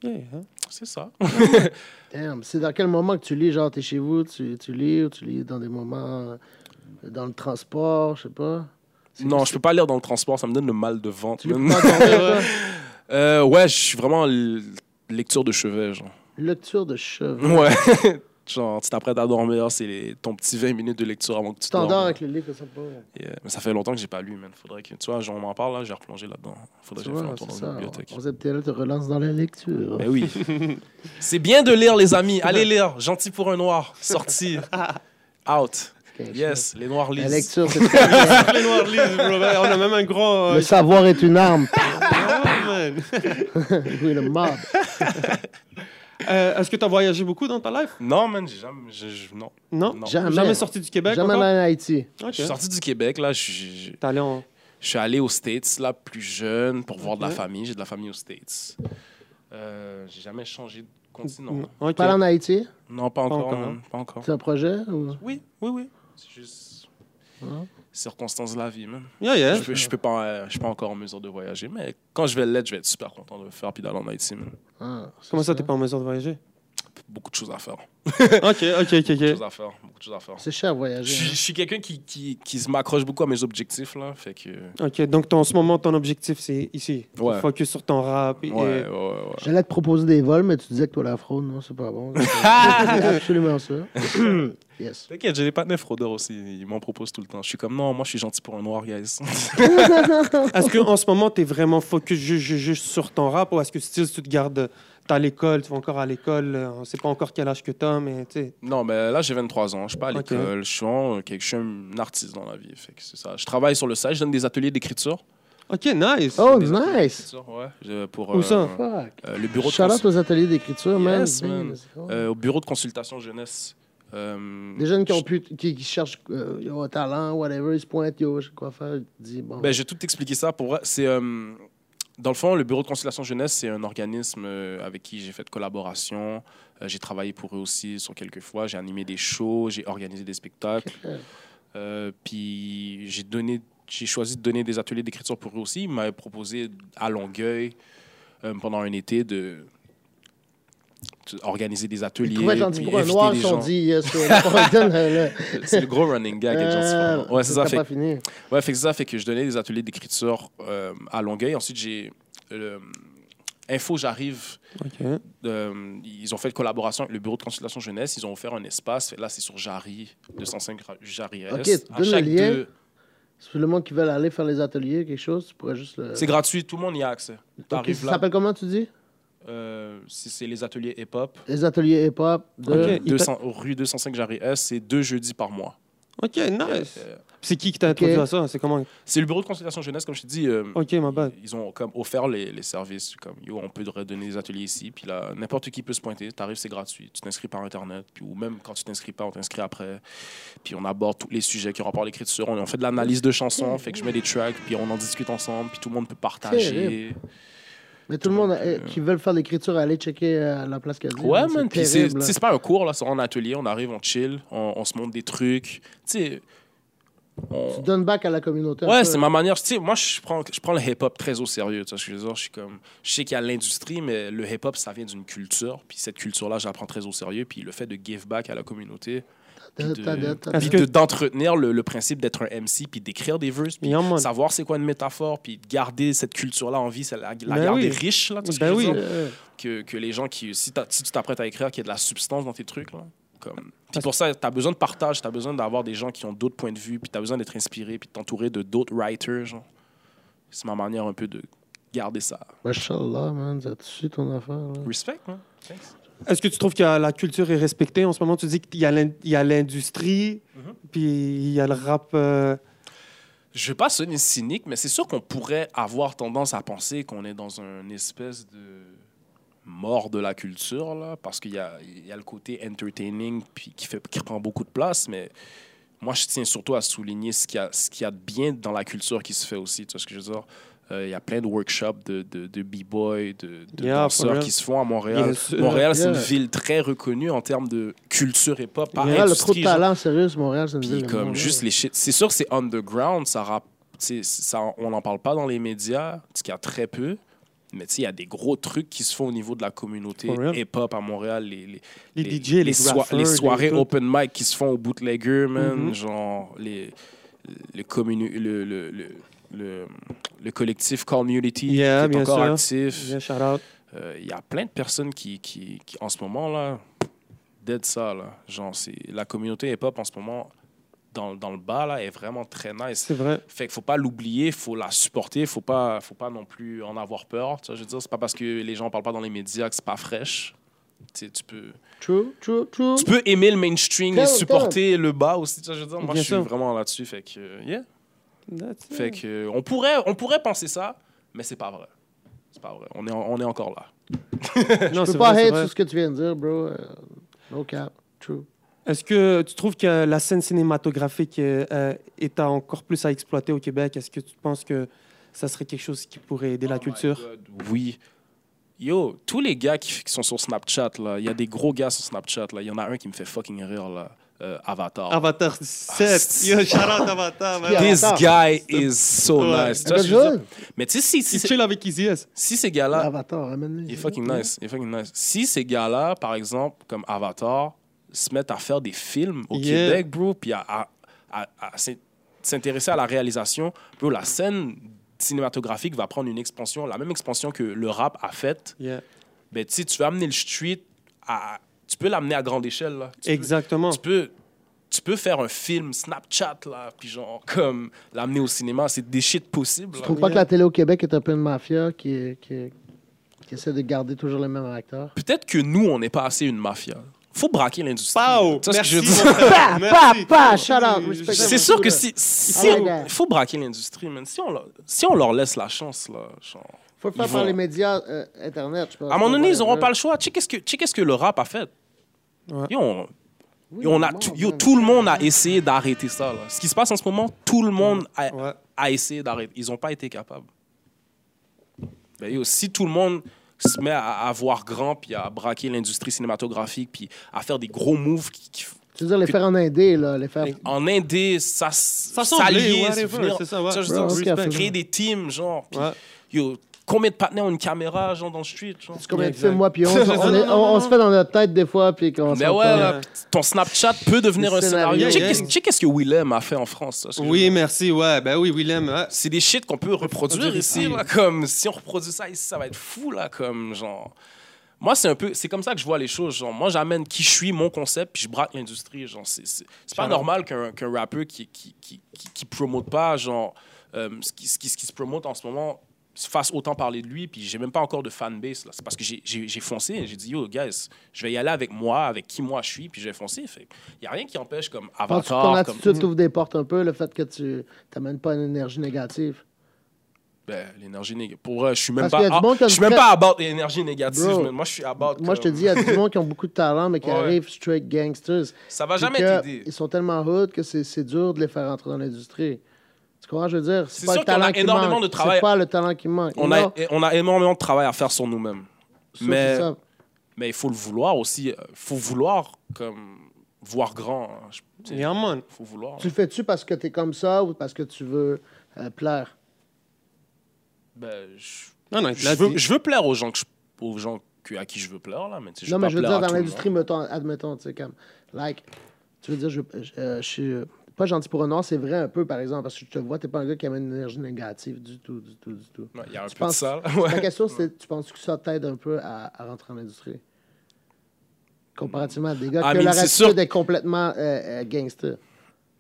S1: Yeah, hein.
S2: c'est ça.
S3: Damn, c'est dans quel moment que tu lis? Genre, t'es chez vous, tu, tu lis ou tu lis dans des moments euh, dans le transport, je sais pas. C'est-
S2: Non,
S3: c'est-
S2: je peux pas lire dans le transport, ça me donne le mal de ventre.
S3: Tu lis
S2: man.
S1: Ah,
S3: pas dans le-
S1: [LAUGHS]
S2: Euh, ouais, je suis vraiment l- lecture de chevet,
S3: [LAUGHS]
S2: genre.
S3: Lecture de cheveux.
S2: Ouais. [LAUGHS] genre, tu t'apprêtes à dormir, c'est les- ton petit 20 minutes de lecture avant que tu
S3: Tu t'endors
S2: dormes.
S3: avec le livre comme ça. pas-
S2: Yeah. Mais ça fait longtemps que j'ai pas lu, man. Faudrait que, tu vois, genre, on m'en parle, là, j'ai replongé là-dedans. Faudrait
S3: Tu
S2: que j'aille faire
S3: vois,
S2: un tour
S3: c'est
S2: dans
S3: ça.
S2: la bibliothèque.
S3: On sait peut-être là, te relance dans la lecture.
S2: Ben oui.
S3: [LAUGHS]
S2: c'est bien de lire, les amis. Allez lire. Gentil pour un noir.
S3: [LAUGHS]
S2: Sorti. Out.
S3: C'est quelque chose.
S2: Yes, les noirs
S3: La
S2: lisent.
S3: lecture, c'est très bien.
S2: [LAUGHS]
S1: Les noirs lisent, bro. Ben, On a même un grand. euh, [LAUGHS]
S3: Le savoir est une arme.
S1: Ah, man.
S3: Oui, le mob.
S1: Euh, Est-ce que tu as voyagé beaucoup dans ta life?
S2: Non, man, j'ai jamais. j'ai- j'ai- non.
S1: Non?
S2: Non.
S3: Jamais.
S1: Jamais sorti du Québec?
S3: Jamais
S1: encore?
S3: allé en Haïti.
S1: Ok.
S2: Je suis sorti du Québec, là. je- je-
S1: T'es allé en.
S2: Je suis allé aux States, là, plus jeune, pour voir de la
S1: Ok.
S2: famille. J'ai de la famille aux States. Euh, j'ai jamais changé de continent.
S1: Non.
S2: Non,
S1: Mm, Ok.
S3: Pas allé en Haïti.
S2: pas encore.
S1: encore,
S2: man,
S1: hein.
S2: Pas encore.
S3: C'est un projet ou... Hein?
S2: Oui, oui, oui. C'est juste. circonstances de la vie, même.
S1: Yeah, yeah.
S2: Je peux, je peux pas, euh, je suis pas encore en mesure de voyager, mais quand je vais l'être, je vais être super content de le faire puis d'aller en Haïti, man.
S3: Ah, c'est
S1: Comment ça, t'es pas en mesure de
S2: [LAUGHS]
S1: voyager?
S2: Beaucoup de choses à faire.
S1: OK, OK, OK,
S2: Beaucoup de
S1: OK.
S2: choses à faire. Beaucoup de choses à faire.
S3: C'est cher à
S2: Je
S3: voyager. hein.
S2: suis- je suis quelqu'un qui, qui, qui se m'accroche beaucoup à mes objectifs, là. Fait que.
S1: OK, donc ton- en ce moment, ton objectif, c'est ici.
S2: Ouais.
S1: Focus sur ton rap. et-
S2: Ouais, ouais, ouais.
S3: hein. J'allais te proposer des vols, mais tu disais que toi, la fraude, non, c'est
S2: [LAUGHS]
S3: pas bon. C'est absolument
S2: [CLEARS THROAT]
S3: ça. yes.
S2: T'inquiète, j'ai des partenaires fraudeurs aussi. Ils m'en proposent tout le temps. Je suis comme, non, moi, je suis gentil pour un noir, guys.
S1: Est-ce
S3: [LAUGHS]
S1: qu'en ce moment, t'es vraiment focus juste, juste, juste sur ton rap ou est-ce que still, tu te gardes... T'es à l'école, tu vas encore à l'école. euh, On sait pas encore quel âge que t'as, mais tu sais...
S2: non, mais là, j'ai 23 ans. Je suis pas à
S1: Ok.
S2: l'école. Je, suis en- quelque- je suis un artiste dans la vie. Fait que c'est ça. Je travaille sur le site. Je donne des ateliers d'écriture.
S1: OK, nice.
S3: Oh,
S2: Des ateliers
S3: nice.
S2: d'écriture, Ouais, Je- pour,
S1: Où ça?
S3: Fuck.
S2: euh, le bureau de
S3: Shout
S2: cons-
S3: out aux ateliers d'écriture, man.
S2: Yes, man.
S3: Damn, c'est cool.
S2: euh, au bureau de consultation jeunesse. Euh,
S3: Des jeunes qui, ont pu, qui, qui cherchent euh, yo, talent, whatever, ils se pointent, yo, je sais quoi faire, ils disent bon.
S2: Ben, j'ai tout expliqué ça pour vrai. C'est euh, dans le fond le bureau de conciliation jeunesse, c'est un organisme euh, avec qui j'ai fait de collaboration. Euh, j'ai travaillé pour eux aussi sur quelques fois. J'ai animé des shows, j'ai organisé des spectacles. Euh, puis j'ai donné, j'ai choisi de donner des ateliers d'écriture pour eux aussi. Ils m'avaient proposé à Longueuil euh, pendant un été de de organiser des
S3: ils
S2: ateliers.
S3: trouvaient
S2: puis
S3: gentil pour un
S2: inviter
S3: noir,
S2: des
S3: ils ont
S2: gens.
S3: dit yes, [LAUGHS] ouais, on donne, euh,
S2: [LAUGHS] C'est le gros running gag. avec Gentil pour un
S3: euh,
S2: noir. ouais, c'est ça.
S3: t'as
S2: Fait
S3: pas fini.
S2: Ouais, fait que c'est ça fait que je donnais des ateliers d'écriture euh, à Longueuil. Ensuite, j'ai euh, Info J'arrive.
S1: OK.
S2: euh, ils ont fait une collaboration avec le bureau de consultation jeunesse. Ils ont offert un espace. Fait que Là, c'est sur Jarry, 205 Ra- Jarry S.
S3: Ok, donne le
S2: chaque
S3: lien.
S2: deux-
S3: C'est pour le monde qui veut aller faire les ateliers, quelque chose, tu pourrais juste le.
S2: C'est gratuit, tout le monde y a accès.
S3: Ok,
S2: T'arrives
S3: Ça
S2: là.
S3: s'appelle comment tu dis
S2: euh, c'est c'est les ateliers E hip-hop.
S3: Les ateliers hip-hop de.
S1: Ok. il
S2: 200 Euh, Rue 205 Jarry S, c'est deux jeudis par mois.
S1: OK, nice.
S2: Euh,
S1: C'est qui qui t'a introduit à ça? C'est comment?
S2: C'est le bureau de consultation jeunesse, comme je te dis. euh,
S1: OK, ma bad.
S2: Ils- Ils ont comme offert les, les services. Comme, yo, on peut te redonner des ateliers ici. Puis là, n'importe qui peut se pointer. T'arrives, c'est gratuit. Tu t'inscris par Internet. Puis, ou même quand tu t'inscris pas, on t'inscrit après. Puis on aborde tous les sujets qui ont rapport à l'écriture. On, on fait de l'analyse de chansons. Fait que je mets des tracks. Puis on en discute ensemble. Puis tout le monde peut partager.
S3: Mais tout le monde euh, qui veut faire l'écriture, aller checker euh, la place qu'elle dit.
S2: Ouais,
S3: man,
S2: man. Puis c'est
S3: terrible,
S2: tu
S3: là.
S2: sais, c'est pas un cours. là C'est un atelier. On arrive, on chill. On, on se montre des trucs. Tu sais. on-
S3: Tu donnes back à la communauté.
S2: Ouais,
S3: un peu.
S2: c'est ma manière. Tu sais, moi, je prends, je prends le hip-hop très au sérieux. Tu vois ce que je veux dire? Je suis comme, je sais qu'il y a l'industrie, mais le hip-hop, ça vient d'une culture. Puis cette culture-là, je la prends très au sérieux. Puis le fait de give back à la communauté, puis
S3: Ta- ta- ta-
S2: de-
S3: ta-
S2: puis
S1: Est-ce
S2: de-
S1: que-
S2: d'entretenir le, le principe d'être un MC, puis d'écrire des verses, puis
S1: Yeah, man.
S2: savoir c'est quoi une métaphore, puis de garder cette culture-là en vie, c'est la, la
S1: Ben
S2: garder
S1: oui.
S2: riche, là, tu vois ce que
S1: Ben
S2: je veux
S1: oui.
S2: dire?
S3: Euh,
S2: que, que les gens qui, si, t'as- si tu t'apprêtes à écrire, qu'il y ait de la substance dans tes trucs. Là, comme... Puis pour ça, tu as besoin de partage, tu as besoin d'avoir des gens qui ont d'autres points de vue, puis tu as besoin d'être inspiré, puis de t'entourer de d'autres writers. genre. C'est ma manière un peu de garder ça.
S3: Mashallah, man, ça dessus ton affaire. Là.
S2: Respect, hein? Thanks.
S1: Est-ce que tu trouves que la culture est respectée en ce moment? Tu dis qu'il y a l'in- il y a l'industrie,
S2: Mhm.
S1: puis il y a le rap. euh,
S2: Je vais pas sonner cynique, mais c'est sûr qu'on pourrait avoir tendance à penser qu'on est dans une espèce de mort de la culture, là, parce qu'il y a, il y a le côté entertaining puis qui, fait, qui prend beaucoup de place, mais moi, je tiens surtout à souligner ce qu'il y a, ce qu'il y a de bien dans la culture qui se fait aussi, tu vois ce que je veux dire? Euh, Il y a plein de workshops de, de, de b-boy, de, de
S1: Yeah, for
S2: danseurs
S1: real.
S2: qui se font à Montréal.
S1: Bien sûr.
S2: Montréal, c'est une
S3: Yeah.
S2: ville très reconnue en termes de culture et pop. par
S3: Montréal, le trop
S2: industrie,
S3: de
S2: genre.
S3: talent, sérieux, Montréal, c'est une
S2: Puis
S3: ville.
S2: comme juste les shit. C'est sûr que c'est underground, ça rap- tu sais, ça, on n'en parle pas dans les médias, parce qu'il y a très peu. Mais tu sais, il y a des gros trucs qui se font au niveau de la communauté
S1: For real.
S2: hip-hop à Montréal. Les, les,
S1: Les, DJ, les,
S2: soir-
S1: graffeurs,
S2: les soirées
S1: tout.
S2: open mic qui se font au bootlegger, man.
S1: Mhm.
S2: Genre, les, les communi- le, le, le, le- le collectif Community
S1: Yeah,
S2: qui est
S1: bien
S2: encore
S1: sûr.
S2: actif.
S1: Yeah, shout out.
S2: Euh, Il y a plein de personnes qui, qui, qui, en ce moment, là, dead ça, là. Genre, c'est, la communauté hip-hop, en ce moment, dans, dans le bas, là, est vraiment très nice.
S1: C'est vrai.
S2: Fait qu'il faut pas l'oublier, faut la supporter, faut pas, faut pas non plus en avoir peur. Tu vois, je veux dire, c'est pas parce que les gens en parlent pas dans les médias que c'est pas fraîche. Tu sais, tu peux,
S3: True, true, true.
S2: tu peux aimer le mainstream et
S3: Tell,
S2: supporter le bas aussi. Tu vois, je veux dire, moi,
S1: Bien
S2: je suis
S1: sûr.
S2: vraiment là-dessus. Fait que, euh, yeah.
S1: That's it.
S2: Fait que, euh, on pourrait, on pourrait penser ça, mais c'est pas vrai. C'est pas vrai. On est, en- on est encore là.
S1: Non,
S3: Je
S1: c'est
S3: peux pas
S1: vrai, c'est
S3: hate
S1: vrai.
S3: sur ce que tu viens de dire, bro. Euh, no cap. True. Eh
S1: Est-ce que tu trouves que la scène cinématographique euh, euh, est à encore plus à exploiter au Québec? Est-ce que tu penses que ça serait quelque chose qui pourrait aider la
S2: Oh my
S1: culture?
S2: God, Oui. Yo, tous les gars qui, qui sont sur Snapchat, là, il y a des gros gars sur Snapchat, là. Il y en a un qui me fait fucking rire, là. euh, Avatar.
S1: Avatar 7. Yo, shout out Avatar, man.
S3: Yeah.
S2: This
S3: Avatar.
S2: guy is so
S1: Ouais. Eh ben,
S2: nice. Tu vois
S3: Avec
S2: ce que je veux
S3: Joel,
S2: dire? Mais tu sais, si, si,
S1: Il
S2: si,
S1: chill avec Izias.
S2: ces gars-là,
S3: Avatar, amène-le.
S2: il est fucking nice, il est fucking nice. Si ces gars-là, par exemple, comme Avatar, se mettent à faire des films au
S1: Yeah.
S2: Québec, bro, puis à, à- à- à s'in- s'intéresser à la réalisation, bro, la scène cinématographique va prendre une expansion, la même expansion que le rap a faite.
S1: Yeah.
S2: Ben, tu sais, tu veux amener le street à... Tu peux l'amener à grande échelle, là. Tu peux-
S1: Exactement.
S2: tu peux tu peux faire un film Snapchat là puis genre [LAUGHS] comme l'amener au cinéma c'est des shit possibles
S3: Je
S2: là.
S3: trouve pas que la télé au Québec est un peu une mafia qui, est- qui, est- qui essaie de garder toujours le même acteur.
S2: peut-être que nous on n'est pas assez une mafia faut braquer l'industrie
S1: Pow!
S2: Tu vois ce
S1: Merci.
S2: que je veux [LAUGHS] dire?
S1: mon frère.
S3: Pa,
S1: Merci.
S3: pa, pa, shout out, respect.
S2: c'est sûr que si si
S3: Ah,
S2: on-
S3: ouais, ouais.
S2: faut braquer l'industrie man. si on leur, si on leur laisse la chance là genre
S3: Faut le faire
S2: Ils
S3: par
S2: vont-
S3: les médias euh, Internet, je pense.
S2: à un moment donné ils auront pas le choix tu sais qu'est-ce que tu sais qu'est-ce que le rap a fait
S1: Ouais.
S2: Yo, on-
S3: Oui,
S2: yo, on a
S3: bon,
S2: tout,
S3: bon,
S2: yo,
S3: bon.
S2: tout le monde a essayé d'arrêter ça là. ce qui se passe en ce moment tout le monde a,
S1: Ouais.
S2: à essayer d'arrêter. Ils n'ont pas été capables. Ben, yo, si tout le monde se met à, à voir grand, puis à braquer l'industrie cinématographique, puis à faire des gros moves qui, qui-
S3: Tu veux dire, les faire en Indé, là, les faire.
S2: en indé, ça s-
S1: Ça semble,
S2: s'allier,
S1: whatever,
S2: se venir-
S1: c'est ça, ouais.
S2: tu vois, je
S3: Bro,
S2: veux dire,
S3: respect.
S2: créer des teams, genre. puis,
S1: Ouais.
S2: yo, combien de partenaires ont une caméra, genre, dans le street, genre?
S3: C'est combien de
S1: Exact.
S3: films, moi,
S2: [LAUGHS]
S3: puis on, on, est-
S1: Non, non, non,
S3: on- on
S1: non.
S3: se fait dans notre tête des fois, puis qu'on
S2: Mais
S3: se
S2: Ben ouais,
S3: comprend.
S2: là, ton Snapchat peut devenir
S3: Des
S2: un scénario.
S3: scénarios,
S2: Tu sais
S1: yeah.
S2: qu'est-ce- tu sais qu'est-ce que Willem a fait en France? ça, ce que je veux
S1: Oui, merci. Ouais, ben oui, Willem. ouais.
S2: c'est des shit qu'on peut reproduire
S1: Reproduire
S2: ici,
S1: ici.
S2: là, comme si on reproduit ça ici, ça va être fou, là, comme genre. Moi, c'est un peu, c'est comme ça que je vois les choses. Genre, moi, j'amène qui je suis, mon concept, puis je braque l'industrie. Genre, c'est, c'est, c'est pas
S1: Shout out.
S2: normal qu'un, qu'un rappeur qui, qui, qui, qui, qui promote pas, genre, euh, ce, qui, ce, qui, ce qui se promote en ce moment, se fasse autant parler de lui, puis j'ai même pas encore de fanbase. Là. C'est parce que j'ai, j'ai, j'ai foncé, et j'ai dit, yo, guys, je vais y aller avec moi, avec qui moi je suis, puis je vais foncer. Fait, y a rien qui empêche, comme,
S3: Penses-tu que ton
S2: Avatar, comme,
S3: attitude t'ouvre des portes un peu, le fait que tu t'amènes pas une énergie négative?
S2: Ben, l'énergie négative. Pour vrai, je suis même
S3: Parce qu'il y a
S2: pas.
S3: du monde
S2: ah,
S3: qui a
S2: je suis
S3: une
S2: même
S3: très-
S2: pas about l'énergie négative.
S3: Bro,
S2: mais moi, je suis about.
S3: Moi, je te
S2: comme-
S3: dis, il y a du monde qui ont beaucoup de talent, mais qui
S2: [LAUGHS] Ouais.
S3: arrivent straight gangsters.
S2: Ça va
S3: Puis
S2: jamais
S3: que
S2: t'aider.
S3: Ils sont tellement hood que c'est c'est dur de les faire entrer dans l'industrie. Tu comprends, je veux dire?
S2: C'est
S3: C'est pas
S2: sûr
S3: le
S2: qu'on a
S3: talent qui
S2: énormément
S3: manque.
S2: de travail.
S3: C'est pas le talent qui manque.
S2: On a, et on a énormément de travail à faire sur nous-mêmes. mais-
S3: mais...
S2: Mais il faut le vouloir aussi. Il faut vouloir, comme. Voir grand. hein. Je- tu sais,
S1: Yeah, man.
S2: faut vouloir.
S3: Tu le fais-tu parce que t'es comme ça ou parce que tu veux euh, plaire?
S2: Ben, je,
S1: Non, non, il te
S2: je
S1: l'a
S2: veux,
S1: dit.
S2: je veux plaire aux gens, que je- aux gens que- à qui je veux plaire, là. Mais tu sais, je
S3: non,
S2: veux
S3: mais
S2: pas
S3: je veux
S2: plaire
S3: dire,
S2: à
S3: dans
S2: tout le
S3: l'industrie,
S2: monde.
S3: mettons, admettons, tu sais, comme, like, tu veux dire, je, je, euh, je suis euh, pas gentil pour un noir, c'est vrai un peu, par exemple, parce que je te vois, t'es pas un gars qui amène une énergie négative du tout, du tout, du
S2: [LAUGHS]
S3: tout.
S2: Ouais, Il y a un
S3: Tu
S2: peu de
S3: penses-
S2: ça. là. [LAUGHS] Ouais.
S3: Ma question, c'est, tu penses que ça t'aide un peu à, à rentrer en industrie? Comparativement à des gars
S2: Ah,
S3: que
S2: mais
S3: leur
S2: c'est
S3: attitude
S2: sûr-
S3: est complètement euh, euh, gangster.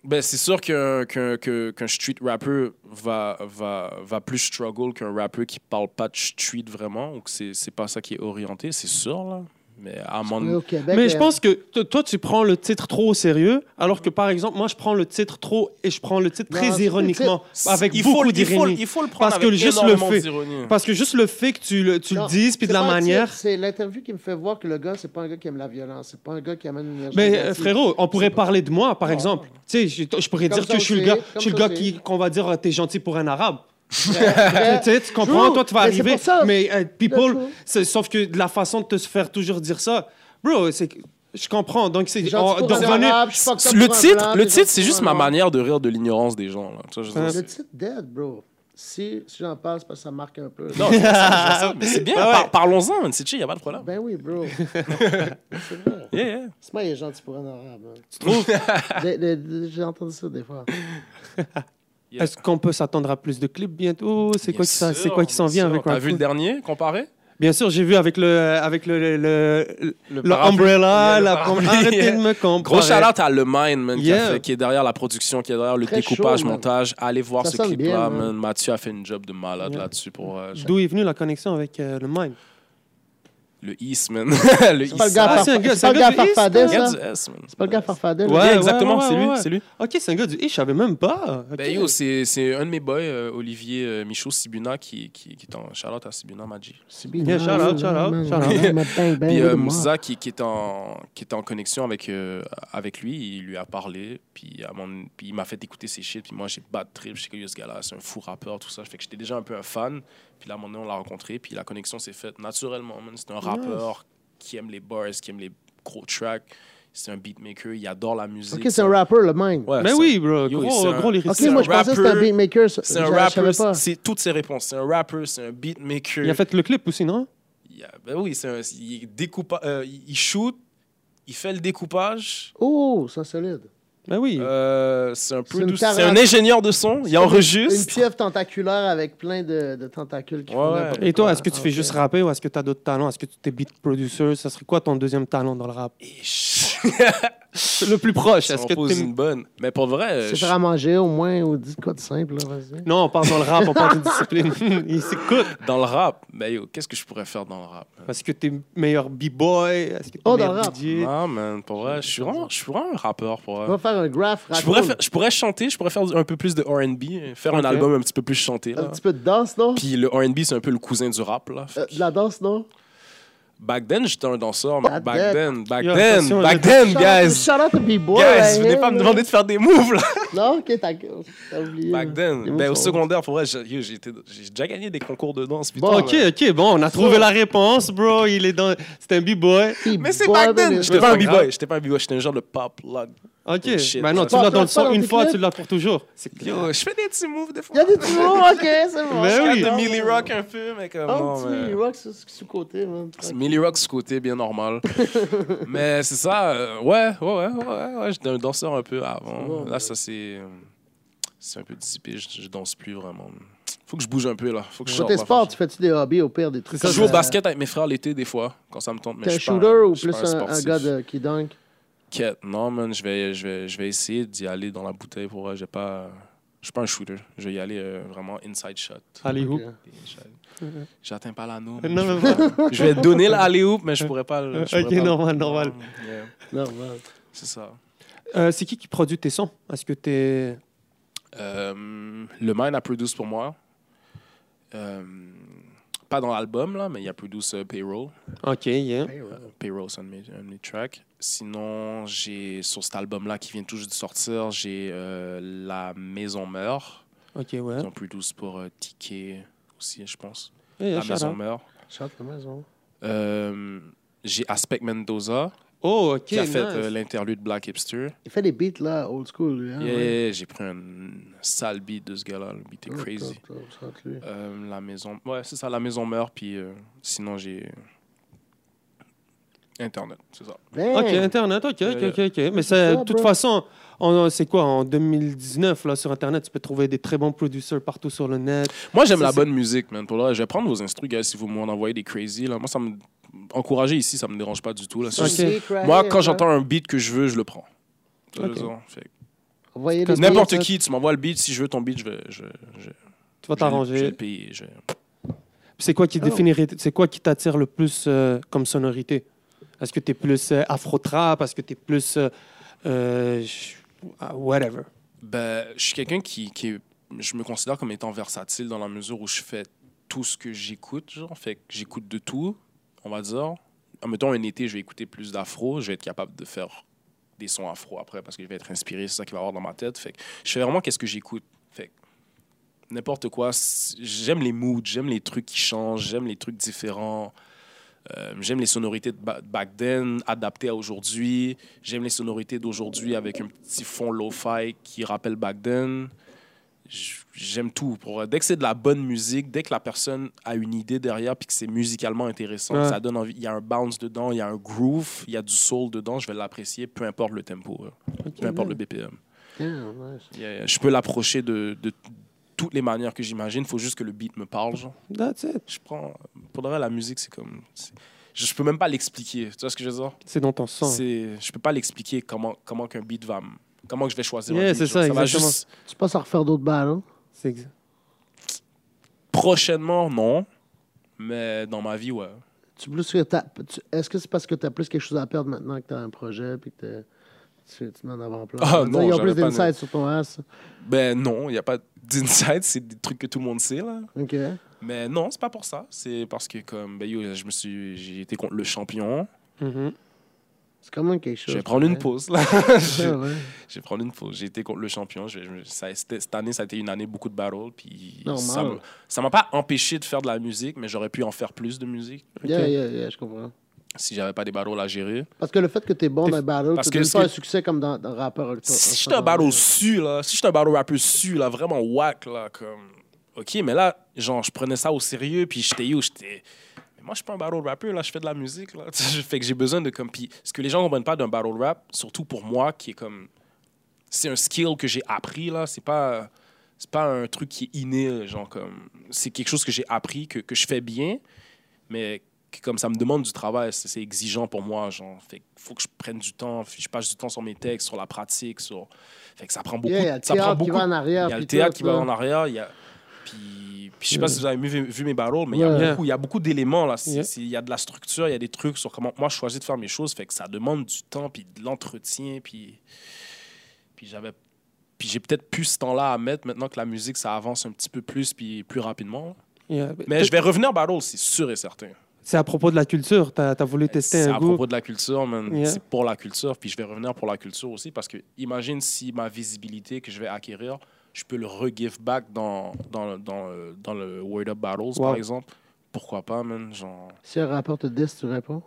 S2: Ben, c'est sûr qu'un qu'un- que- qu'un street rapper va, va, va plus struggle qu'un rapper qui parle pas de street vraiment ou que c'est c'est pas ça qui est orienté, c'est sûr, là. Mais à un moment
S3: Mais
S2: donné-
S3: au Québec,
S1: Mais je
S3: euh,
S1: pense que t- toi, tu prends le titre trop au sérieux, alors que par exemple, moi, je prends le titre trop et je prends le titre
S3: Non,
S1: très
S3: c'est-
S1: ironiquement, avec
S2: il faut-
S1: beaucoup
S2: il faut, le-
S1: d'ironie.
S2: il faut le prendre
S1: Parce que
S2: avec
S1: juste le
S2: énormément
S1: fait.
S2: d'ironie.
S1: Parce que juste le fait que tu le, tu le
S3: non,
S1: dises, puis de
S3: c'est
S1: la
S3: pas un type,
S1: manière.
S3: C'est l'interview qui me fait voir que le gars, c'est pas un gars qui aime la violence, c'est pas un gars qui amène une énergie
S1: Mais euh,
S3: négative.
S1: frérot, on pourrait parler de moi, par
S2: Non.
S1: exemple. Tu sais, je, je pourrais
S3: Comme
S1: dire
S3: ça
S1: que je suis le
S3: aussi,
S1: gars,
S3: comme
S1: je suis le
S3: ça
S1: gars
S3: aussi.
S1: qui, qu'on va dire, euh, t'es gentil pour un arabe.
S3: Après,
S1: Tu sais, tu comprends,
S3: Ben, True.
S1: toi, tu vas
S3: Mais c'est
S1: arriver.
S3: pour ça.
S1: Mais euh, people,
S3: True.
S1: c'est- sauf que de la façon de te se faire toujours dire ça, bro, c'est que- je comprends. Donc, c'est
S3: Gentil
S1: on-
S3: pour
S1: de
S3: un
S1: revenir.
S3: arabe, je suis pas comme
S2: Le
S3: pour un
S2: titre,
S3: blanc,
S2: le
S3: t'es
S2: titre
S3: gentil
S2: c'est
S3: pour
S2: juste
S3: un
S2: ma
S3: noir.
S2: manière de rire de l'ignorance des gens. Là. Tu vois, je veux dire,
S1: Ouais.
S2: c'est-
S3: Le titre dead, bro. Si, si j'en parle, c'est parce que ça marque un peu.
S2: Non, je sais ça, je sais ça, mais c'est bien,
S1: Ah ouais.
S2: par- parlons-en, man, c'est chill, y a pas de problème.
S3: Ben
S1: [LAUGHS]
S3: oui, bro. c'est vrai.
S2: Yeah, yeah.
S3: C'est moi, il est gentil pour un arabe. hein.
S1: Tu trouves?
S3: Des- des- des- [LAUGHS] J'ai entendu ça des fois.
S2: Yeah.
S1: Est-ce qu'on peut s'attendre à plus de clips bientôt C'est
S2: Bien
S1: quoi, qui s'en- c'est
S2: sûr,
S1: quoi qui s'en
S2: bien
S1: vient
S2: sûr.
S1: avec
S2: T'as
S1: Raccoon
S2: vu le dernier comparé
S1: Bien sûr, j'ai vu avec le avec le le, le, le
S2: parapluie.
S1: umbrella,
S2: Yeah, le
S1: la
S2: parapluie.
S1: arrêtez de me comparer.
S2: Gros shout-out à Le Mind, man, qui a
S1: Yeah.
S2: fait- qui, est derrière la production, qui est derrière le
S3: Très
S2: découpage,
S3: chaud, man.
S2: montage. Allez voir
S3: Ça
S2: ce
S3: sonne
S2: clip-là,
S3: bien,
S2: man.
S3: man.
S2: Mathieu a fait une job de malade
S1: Yeah.
S2: là-dessus pour euh,
S1: D'où est venue la connexion avec euh, le mime
S2: le East, man. [LAUGHS] le
S3: C'est pas le
S2: East.
S3: gars,
S1: Ah,
S3: farfa-
S1: c'est un gars-
S3: c'est
S1: c'est
S3: pas
S1: un
S3: le
S1: gars
S3: gars
S1: du East,
S3: farfadet,
S1: hein?
S2: Regarde
S3: ça?
S2: du S, man.
S3: C'est pas le gars farfadet, là?
S1: Ouais,
S2: Yeah, exactement,
S1: ouais,
S2: c'est lui,
S1: ouais.
S2: c'est lui.
S1: Ok, c'est un gars du. Eh, Je savais même pas. Ok.
S2: Ben, yo, c'est c'est un de mes boys, euh, Olivier euh, Michaud Sibuna, qui, qui, qui est en Charlotte à Sibuna Magic.
S3: C'est bien.
S1: Yeah, shout out, shout out, shout out.
S2: Puis euh,
S3: out.
S2: Moussa, qui, qui est en, qui est en connexion avec, euh, avec lui, il lui a parlé, puis, à mon- puis il m'a fait écouter ses shit, puis moi j'ai pas de trip, je sais que yo, ce gars-là, c'est un fou rappeur, tout ça. Fait que j'étais déjà un peu un fan, puis là, à un moment donné, on l'a rencontré, puis la connexion s'est faite naturellement. man. C'est un rappeur qui aime les bars, qui aime les gros tracks, C'est un beatmaker, il adore la musique.
S3: Ok, c'est un rapper, le même.
S2: Ouais,
S1: Mais Ben
S2: c'est
S1: oui, bro,
S2: Yo,
S1: gros,
S2: c'est
S1: gros
S2: un-
S1: lyriciste.
S3: Ok,
S2: c'est
S3: moi,
S2: un
S3: je pensais que c'était un
S2: rapper,
S3: beatmaker. ça.
S2: C'est un
S3: Je- je savais
S2: rapper, c'est-
S3: pas.
S2: c'est toutes ses réponses. C'est un rapper, c'est un beatmaker.
S1: Il a fait le clip aussi, non?
S2: Il a- ben oui, c'est un- il, découpa, euh, il shoot, il fait le découpage.
S3: Oh, ça, solide.
S1: Ben oui.
S2: Euh, c'est un peu
S3: C'est une
S2: tout- c'est
S3: carac-
S2: un ingénieur de son, il
S3: Une
S2: enregistre.
S3: pieuvre tentaculaire avec plein de, de tentacules qui
S2: Ouais,
S3: font
S2: ouais.
S3: n'importe
S1: Et toi,
S3: quoi.
S1: est-ce que tu
S3: Ah,
S1: fais
S3: ok.
S1: juste rapper ou est-ce que tu as d'autres talents? Est-ce que tu es beat producer? Ça serait quoi ton deuxième talent dans le rap?
S2: Et je-
S1: Le plus proche,
S2: Ça
S1: est-ce
S2: en
S1: que
S2: pose
S1: t'es-
S2: une bonne. Mais pour vrai,
S3: C'est
S2: je-
S3: faire à manger au moins, ou dis quoi de simple, là, vas-y.
S1: Non, on parle dans le rap, on parle d'une discipline. [LAUGHS] Il s'écoute.
S2: dans le rap, ben yo, qu'est-ce que je pourrais faire dans le rap hein?
S1: Est-ce que t'es meilleur b-boy? Est-ce que t'es
S3: Oh, dans
S1: meilleur
S3: le rap.
S1: DJ?
S2: Non, man, pour vrai, je suis vraiment, je suis vraiment un rappeur pour
S3: On va
S2: vrai.
S3: faire un graph
S2: Je pourrais,
S3: raccoon.
S2: faire- je pourrais chanter, je pourrais faire un peu plus de R&B, faire
S1: Ok.
S2: un album un petit peu plus chanté.
S3: Un
S2: Là.
S3: petit peu de danse, non?
S2: Puis le R&B, c'est un peu le cousin du rap. Là.
S3: Euh, de la danse, non?
S2: Back then, j'étais un danseur, mais
S3: Back
S2: back then, back
S1: Yo,
S2: then,
S1: attention,
S2: back
S1: je-
S2: then,
S3: Shout out-
S2: guys.
S3: Shout out to B-Boy.
S2: Guys,
S3: right
S2: venez
S3: here,
S2: pas me
S3: là.
S2: demander de faire des moves, là.
S3: Non, ok, t'as t'as oublié.
S2: Back
S3: Les
S2: then.
S3: moves
S2: Ben, au
S3: sont-
S2: secondaire, pour vrai, j'ai yo, j'ai été- j'ai déjà gagné des concours de danse. putain,
S3: Bon,
S1: Ok, ok, bon, on a trouvé la réponse, bro. Il est dans. C'est un b-boy.
S2: Mais c'est
S3: B-Boy,
S2: back
S3: ben,
S2: then.
S1: c'est
S2: J'étais pas
S1: pas
S2: un
S1: grave.
S2: b-boy, j'étais pas un b-boy, j'étais un genre de pop, là.
S1: Ok.
S2: Oh, shit.
S1: Maintenant, tu l'as
S3: Pas- pas-
S1: dans le
S3: pas
S1: son
S3: dans
S1: une
S3: tes
S1: fois,
S3: clips.
S1: tu l'as pour toujours. C'est clair.
S2: Yo, je fais des petits moves des fois.
S3: Y'a des petits mots, ok, c'est bon.
S1: Ben
S2: Je
S1: oui.
S2: regarde de Millie Rock un peu, mais comme.
S3: Oh,
S2: non,
S3: petit
S2: mais-
S3: Millie Rock sous- sous-côté, man.
S2: C'est Millie Rock ce côté bien normal. mais c'est ça, euh, ouais, ouais, ouais, ouais, ouais, j'étais un danseur un peu avant.
S3: bon,
S2: Là, ça c'est. euh, C'est un peu dissipé, je, je danse plus vraiment. Faut que je bouge un peu là. Faut que je
S3: Sur
S2: sorte.
S3: tes
S2: là.
S3: sports, tu fais-tu des hobbies au pire, des trucs
S1: C'est ça,
S2: Je
S3: comme,
S2: joue au
S3: euh,
S2: basket avec mes frères l'été des fois, quand ça me tente. mais
S3: T'es
S2: je
S3: un
S2: suis pas
S3: shooter ou
S2: je suis
S3: plus
S2: pas
S3: un, un
S2: sportif.
S3: gars de, qui dunk?
S2: Quête. Non, man, je vais, je, vais, je vais essayer d'y aller dans la bouteille pour. euh, J'ai pas. Je suis pas un shooter. Je vais y aller euh, vraiment inside shot.
S1: Allez, où?
S3: Ok.
S2: Je- J'atteins pas l'anneau. mais
S1: Ah. Non,
S2: je,
S1: mais
S2: vais- je vais donner l'alley-oop, mais je pourrais pas le. je
S1: Ok,
S2: pourrais pas le-
S1: normal, normal.
S2: Yeah,
S3: Normal.
S2: c'est ça.
S1: Euh, c'est qui qui produit tes sons? Est-ce que t'es.
S2: Euh, le man a produit pour moi. Euh, pas dans l'album, là, mais il a produit euh, Payroll.
S1: Ok, yeah.
S2: Payroll, c'est un de mes, un de mes tracks. Sinon, j'ai sur cet album-là qui vient tout juste de sortir, j'ai euh, La Maison Meurt.
S1: Ok, ouais.
S2: Ils ont plus douce pour euh, Ticket aussi, je pense.
S1: Hey,
S2: La
S1: shout
S2: Maison
S1: out.
S2: Meurt.
S3: Chante la maison.
S2: Euh, j'ai Aspect Mendoza
S1: Oh, ok.
S2: qui a fait
S1: nice.
S2: euh, l'interlude Black Hipster.
S3: Il fait des beats, là, old school,
S1: Ah,
S3: lui. Hein,
S2: Yeah,
S3: ouais.
S2: J'ai pris un sale beat de ce gars-là. Le beat est
S3: Oh,
S2: crazy.
S3: top, top, chante lui.
S2: Euh, la maison. Ouais, c'est ça, la maison meurt, puis euh, sinon j'ai. Internet, c'est ça.
S3: Ben,
S1: Ok, Internet, ok, ok, ok. ok. Mais
S3: ça,
S1: c'est- de toute
S3: bro.
S1: façon, en- c'est quoi, en 2019, là, sur Internet, tu peux trouver des très bons producers partout sur le net.
S2: Moi, j'aime
S1: Ça,
S2: la
S1: c'est-
S2: bonne musique, man. Pour le reste, je vais prendre vos instrus, gars, si vous m'en envoyez des crazy. Là. Moi, ça me. Encourager ici, ça me dérange pas du tout. Là. C'est
S1: Ok.
S2: juste-
S3: Suzy, Craig,
S2: Moi, quand
S3: là.
S2: j'entends un beat que je veux, je le prends. Ça, je
S1: Ok.
S2: veux dire, fait que
S3: Envoyez les
S2: N'importe
S3: beats,
S2: qui, tu m'envoies le beat. Si je veux ton beat, je vais. Je, je,
S1: Tu
S2: je,
S1: vas
S2: je vais
S1: t'arranger.
S2: le payer. Je...
S1: C'est
S2: Ah
S1: quoi qui
S3: Oh.
S1: définirait, c'est quoi qui t'attire le plus euh, comme sonorité Est-ce que t'es plus euh, afro-trap Est-ce que t'es plus euh, euh, j- ah, whatever
S2: Ben, je suis quelqu'un qui, qui est- Je me considère comme étant versatile dans la mesure où je fais tout ce que j'écoute. Genre, fait que j'écoute de tout, on va dire. En mettant un été, je vais écouter plus d'afro. Je vais être capable de faire des sons afro après parce que je vais être inspiré. C'est ça qui va y avoir dans ma tête. Fait que je fais vraiment qu'est-ce que j'écoute. Fait que n'importe quoi. c- J'aime les moods, j'aime les trucs qui changent, j'aime les trucs différents. Euh, j'aime les sonorités de ba- back then adaptées à aujourd'hui. J'aime les sonorités d'aujourd'hui avec un petit fond lo-fi qui rappelle back then. J- J'aime tout. Pour... Dès que c'est de la bonne musique, dès que la personne a une idée derrière puis que c'est musicalement intéressant,
S1: Ouais.
S2: ça donne envie. Il y a un bounce dedans, il y a un groove, il y a du soul dedans, je vais l'apprécier peu importe le tempo, hein. peu importe le BPM.
S3: là. Damn, nice.
S2: Yeah, yeah. Je peux l'approcher de, de toutes les manières que j'imagine. Il faut juste que le beat me parle. genre.
S1: mm, That's it.
S2: Je prends. Pour le vrai, la musique, c'est comme. c'est- Je, je peux même pas l'expliquer. Tu vois ce que je veux dire?
S1: C'est dans ton son.
S2: C'est, je peux pas l'expliquer comment, comment qu'un beat va. me- Comment que je vais choisir
S1: Yeah,
S2: un beat.
S1: c'est
S2: genre.
S1: ça,
S2: va
S1: exactement.
S2: juste.
S3: Tu passes à refaire d'autres hein? battles.
S1: C'est exa-
S2: Prochainement, non. Mais dans ma vie, ouais.
S3: Tu plus que t'as- tu- Est-ce que c'est parce que tu as plus quelque chose à perdre maintenant que tu as un projet puis que t'es- tu, tu mets en avant-plan?
S2: Ah,
S3: Ils
S2: non,
S3: ont
S2: j'aurais
S3: plus
S2: pas
S3: d'insights sur ton ass.
S2: Ben non, il n'y a pas d'insight. C'est des trucs que tout le monde sait, là.
S3: OK.
S2: Mais non, c'est pas pour ça. C'est parce que, comme, ben, yo, je me suis. J'ai été contre le champion.
S1: Mhm.
S3: C'est quand même quelque chose.
S2: Je vais prendre une
S3: pauvre.
S2: pause, là. [LAUGHS] Je-
S3: [LAUGHS] ouais.
S2: Je vais prendre une pause. J'ai été contre le champion. Je vais- je me- ça- c'était- cette année, ça a été une année beaucoup de battles. Puis
S3: Normal.
S2: ça me- ça m'a pas empêché de faire de la musique, mais j'aurais pu en faire plus de musique.
S3: Yeah, yeah, yeah, je comprends.
S2: si j'avais pas des battles à gérer.
S3: Parce que le fait que t'es bon
S2: T'es-
S3: dans un battle,
S2: parce
S3: tu
S2: que
S3: donnes
S2: ce
S3: pas
S2: que-
S3: un succès comme dans, dans Rapper Octobre.
S2: Si j'étais un battle su, là, si j'étais un battle rapper su, là, vraiment whack, là, comme. Ok, mais là, genre, je prenais ça au sérieux, puis j'étais yo, j'étais. Mais moi, je suis pas un battle rapper, là, je fais de la musique, là. [LAUGHS] fait que j'ai besoin de comme. Puis ce que les gens comprennent pas d'un battle rap, surtout pour moi, qui est comme. C'est un skill que j'ai appris, là, c'est pas. C'est pas un truc qui est inné, genre, comme. C'est quelque chose que j'ai appris, que, que je fais bien, mais que comme ça me demande du travail, c'est c'est exigeant pour moi. Genre, fait que faut que je prenne du temps, faut que je passe du temps sur mes textes, sur la pratique, sur. Fait que ça prend beaucoup.
S3: Yeah, Il y a le
S2: ça prend
S3: théâtre qui
S2: beaucoup.
S3: va en
S2: Il
S3: arrière.
S2: y a le
S3: puis
S2: théâtre
S3: tout,
S2: qui va
S3: là.
S2: en arrière. Il y a. Puis, puis je sais pas si vous avez vu, vu mes battles, mais il y
S3: Ouais.
S2: a beaucoup, il y a beaucoup d'éléments là. C'est-
S1: Yeah.
S2: c'est- Il y a de la structure, il y a des trucs sur comment moi je choisis de faire mes choses. Fait que ça demande du temps, puis de l'entretien, puis puis j'avais puis j'ai peut-être plus ce temps-là à mettre maintenant que la musique ça avance un petit peu plus puis plus rapidement.
S1: Yeah.
S2: Mais je vais revenir battle, c'est sûr et certain.
S1: C'est à propos de la culture. Tu as, voulu tester
S2: C'est
S1: un
S2: à
S1: goût.
S2: propos de la culture, man.
S1: Yeah.
S2: C'est pour la culture. Puis je vais revenir pour la culture aussi parce que imagine si ma visibilité que je vais acquérir, je peux le re-give back dans, dans, le- dans, le- dans le Word Up Battles,
S1: Wow.
S2: par exemple. Pourquoi pas, man? Genre...
S3: Si un rappeur te 10, tu réponds.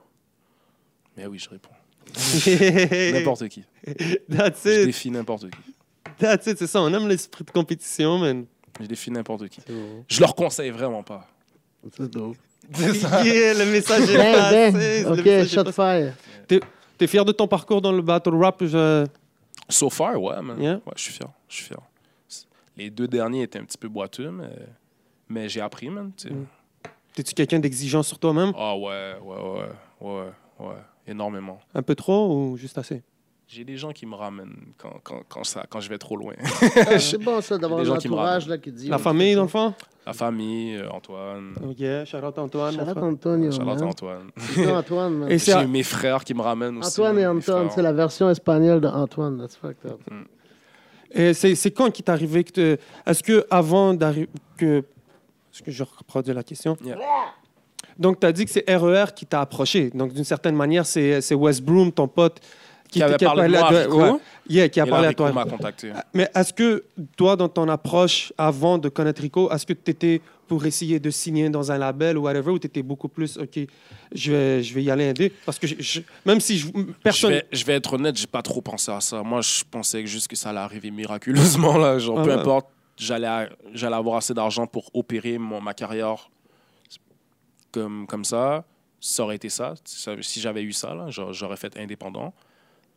S2: Mais oui, je réponds.
S1: [LAUGHS] N'importe
S2: N'importe qui.
S1: That's
S2: Je
S1: it.
S2: défie n'importe qui.
S1: That's it. C'est ça. On aime l'esprit de compétition, man.
S2: Je défie n'importe qui.
S3: C'est bon.
S2: Je leur conseille vraiment pas.
S3: C'est drôle.
S1: Yeah, le message est
S3: Bang,
S1: passé.
S3: bang.
S1: Le message
S3: Ok,
S1: est
S3: shot
S1: passé.
S3: fire.
S1: T'es fier de ton parcours dans le battle rap? Je...
S2: So far, ouais, man.
S1: Yeah.
S2: Ouais, je suis fier. Je suis fier. C'est- Les deux derniers étaient un petit peu boiteux, mais, mais j'ai appris, man. tu sais.
S1: Mm. T'es-tu quelqu'un d'exigeant sur toi-même?
S2: Ah ouais, ouais, ouais, ouais, ouais. Énormément.
S1: Un peu trop ou juste assez?
S2: J'ai des gens qui me ramènent quand, quand, quand, ça, quand je vais trop loin. [LAUGHS]
S3: Ah, C'est bon, ça, d'avoir
S2: Il y a des
S3: un
S2: gens qui me
S3: entourage
S2: rappellent.
S3: là, qui dit. euh,
S1: La famille, dans le fond?
S2: La famille, euh, Antoine.
S1: Yeah, Charlotte Antoine. mon
S3: Charlotte
S1: frère.
S3: Antonio.
S2: Charlotte
S3: man.
S2: Antoine.
S3: Dis-donc, Antoine. man.
S1: Et c'est à-
S2: J'ai mes frères qui me ramènent aussi.
S3: Antoine et
S2: mes
S3: Antoine,
S2: frères.
S3: c'est la version espagnole de Antoine. That's fucked up.
S1: Et c'est c'est quand qui t'est arrivé que te- Est-ce que avant d'arriver que est-ce que je reprends de la question
S2: Yeah.
S1: Donc tu as dit que c'est RER qui t'a approché. Donc d'une certaine manière c'est c'est Wes Broom ton pote
S2: Qui avait parlé de
S1: à
S2: moi à Rico.
S1: ouais. Yeah, qui a
S2: Et
S1: parlé
S2: là,
S1: à toi.
S2: Rico m'a contacté.
S1: Mais est-ce que toi dans ton approche avant de connaître Rico, est-ce que tu étais pour essayer de signer dans un label ou whatever ou tu étais beaucoup plus OK, je vais je vais y aller indé parce que je- je- même si je, personne
S2: Je vais, je vais être honnête, j'ai pas trop pensé à ça. Moi, je pensais juste que ça allait arriver miraculeusement. Là. Genre,
S1: Ah
S2: peu
S1: ouais.
S2: importe, j'allais, j'allais avoir assez d'argent pour opérer mon, ma carrière comme, comme ça. Ça aurait été ça. Ça- Si j'avais eu ça, là, j'a- j'aurais fait indépendant.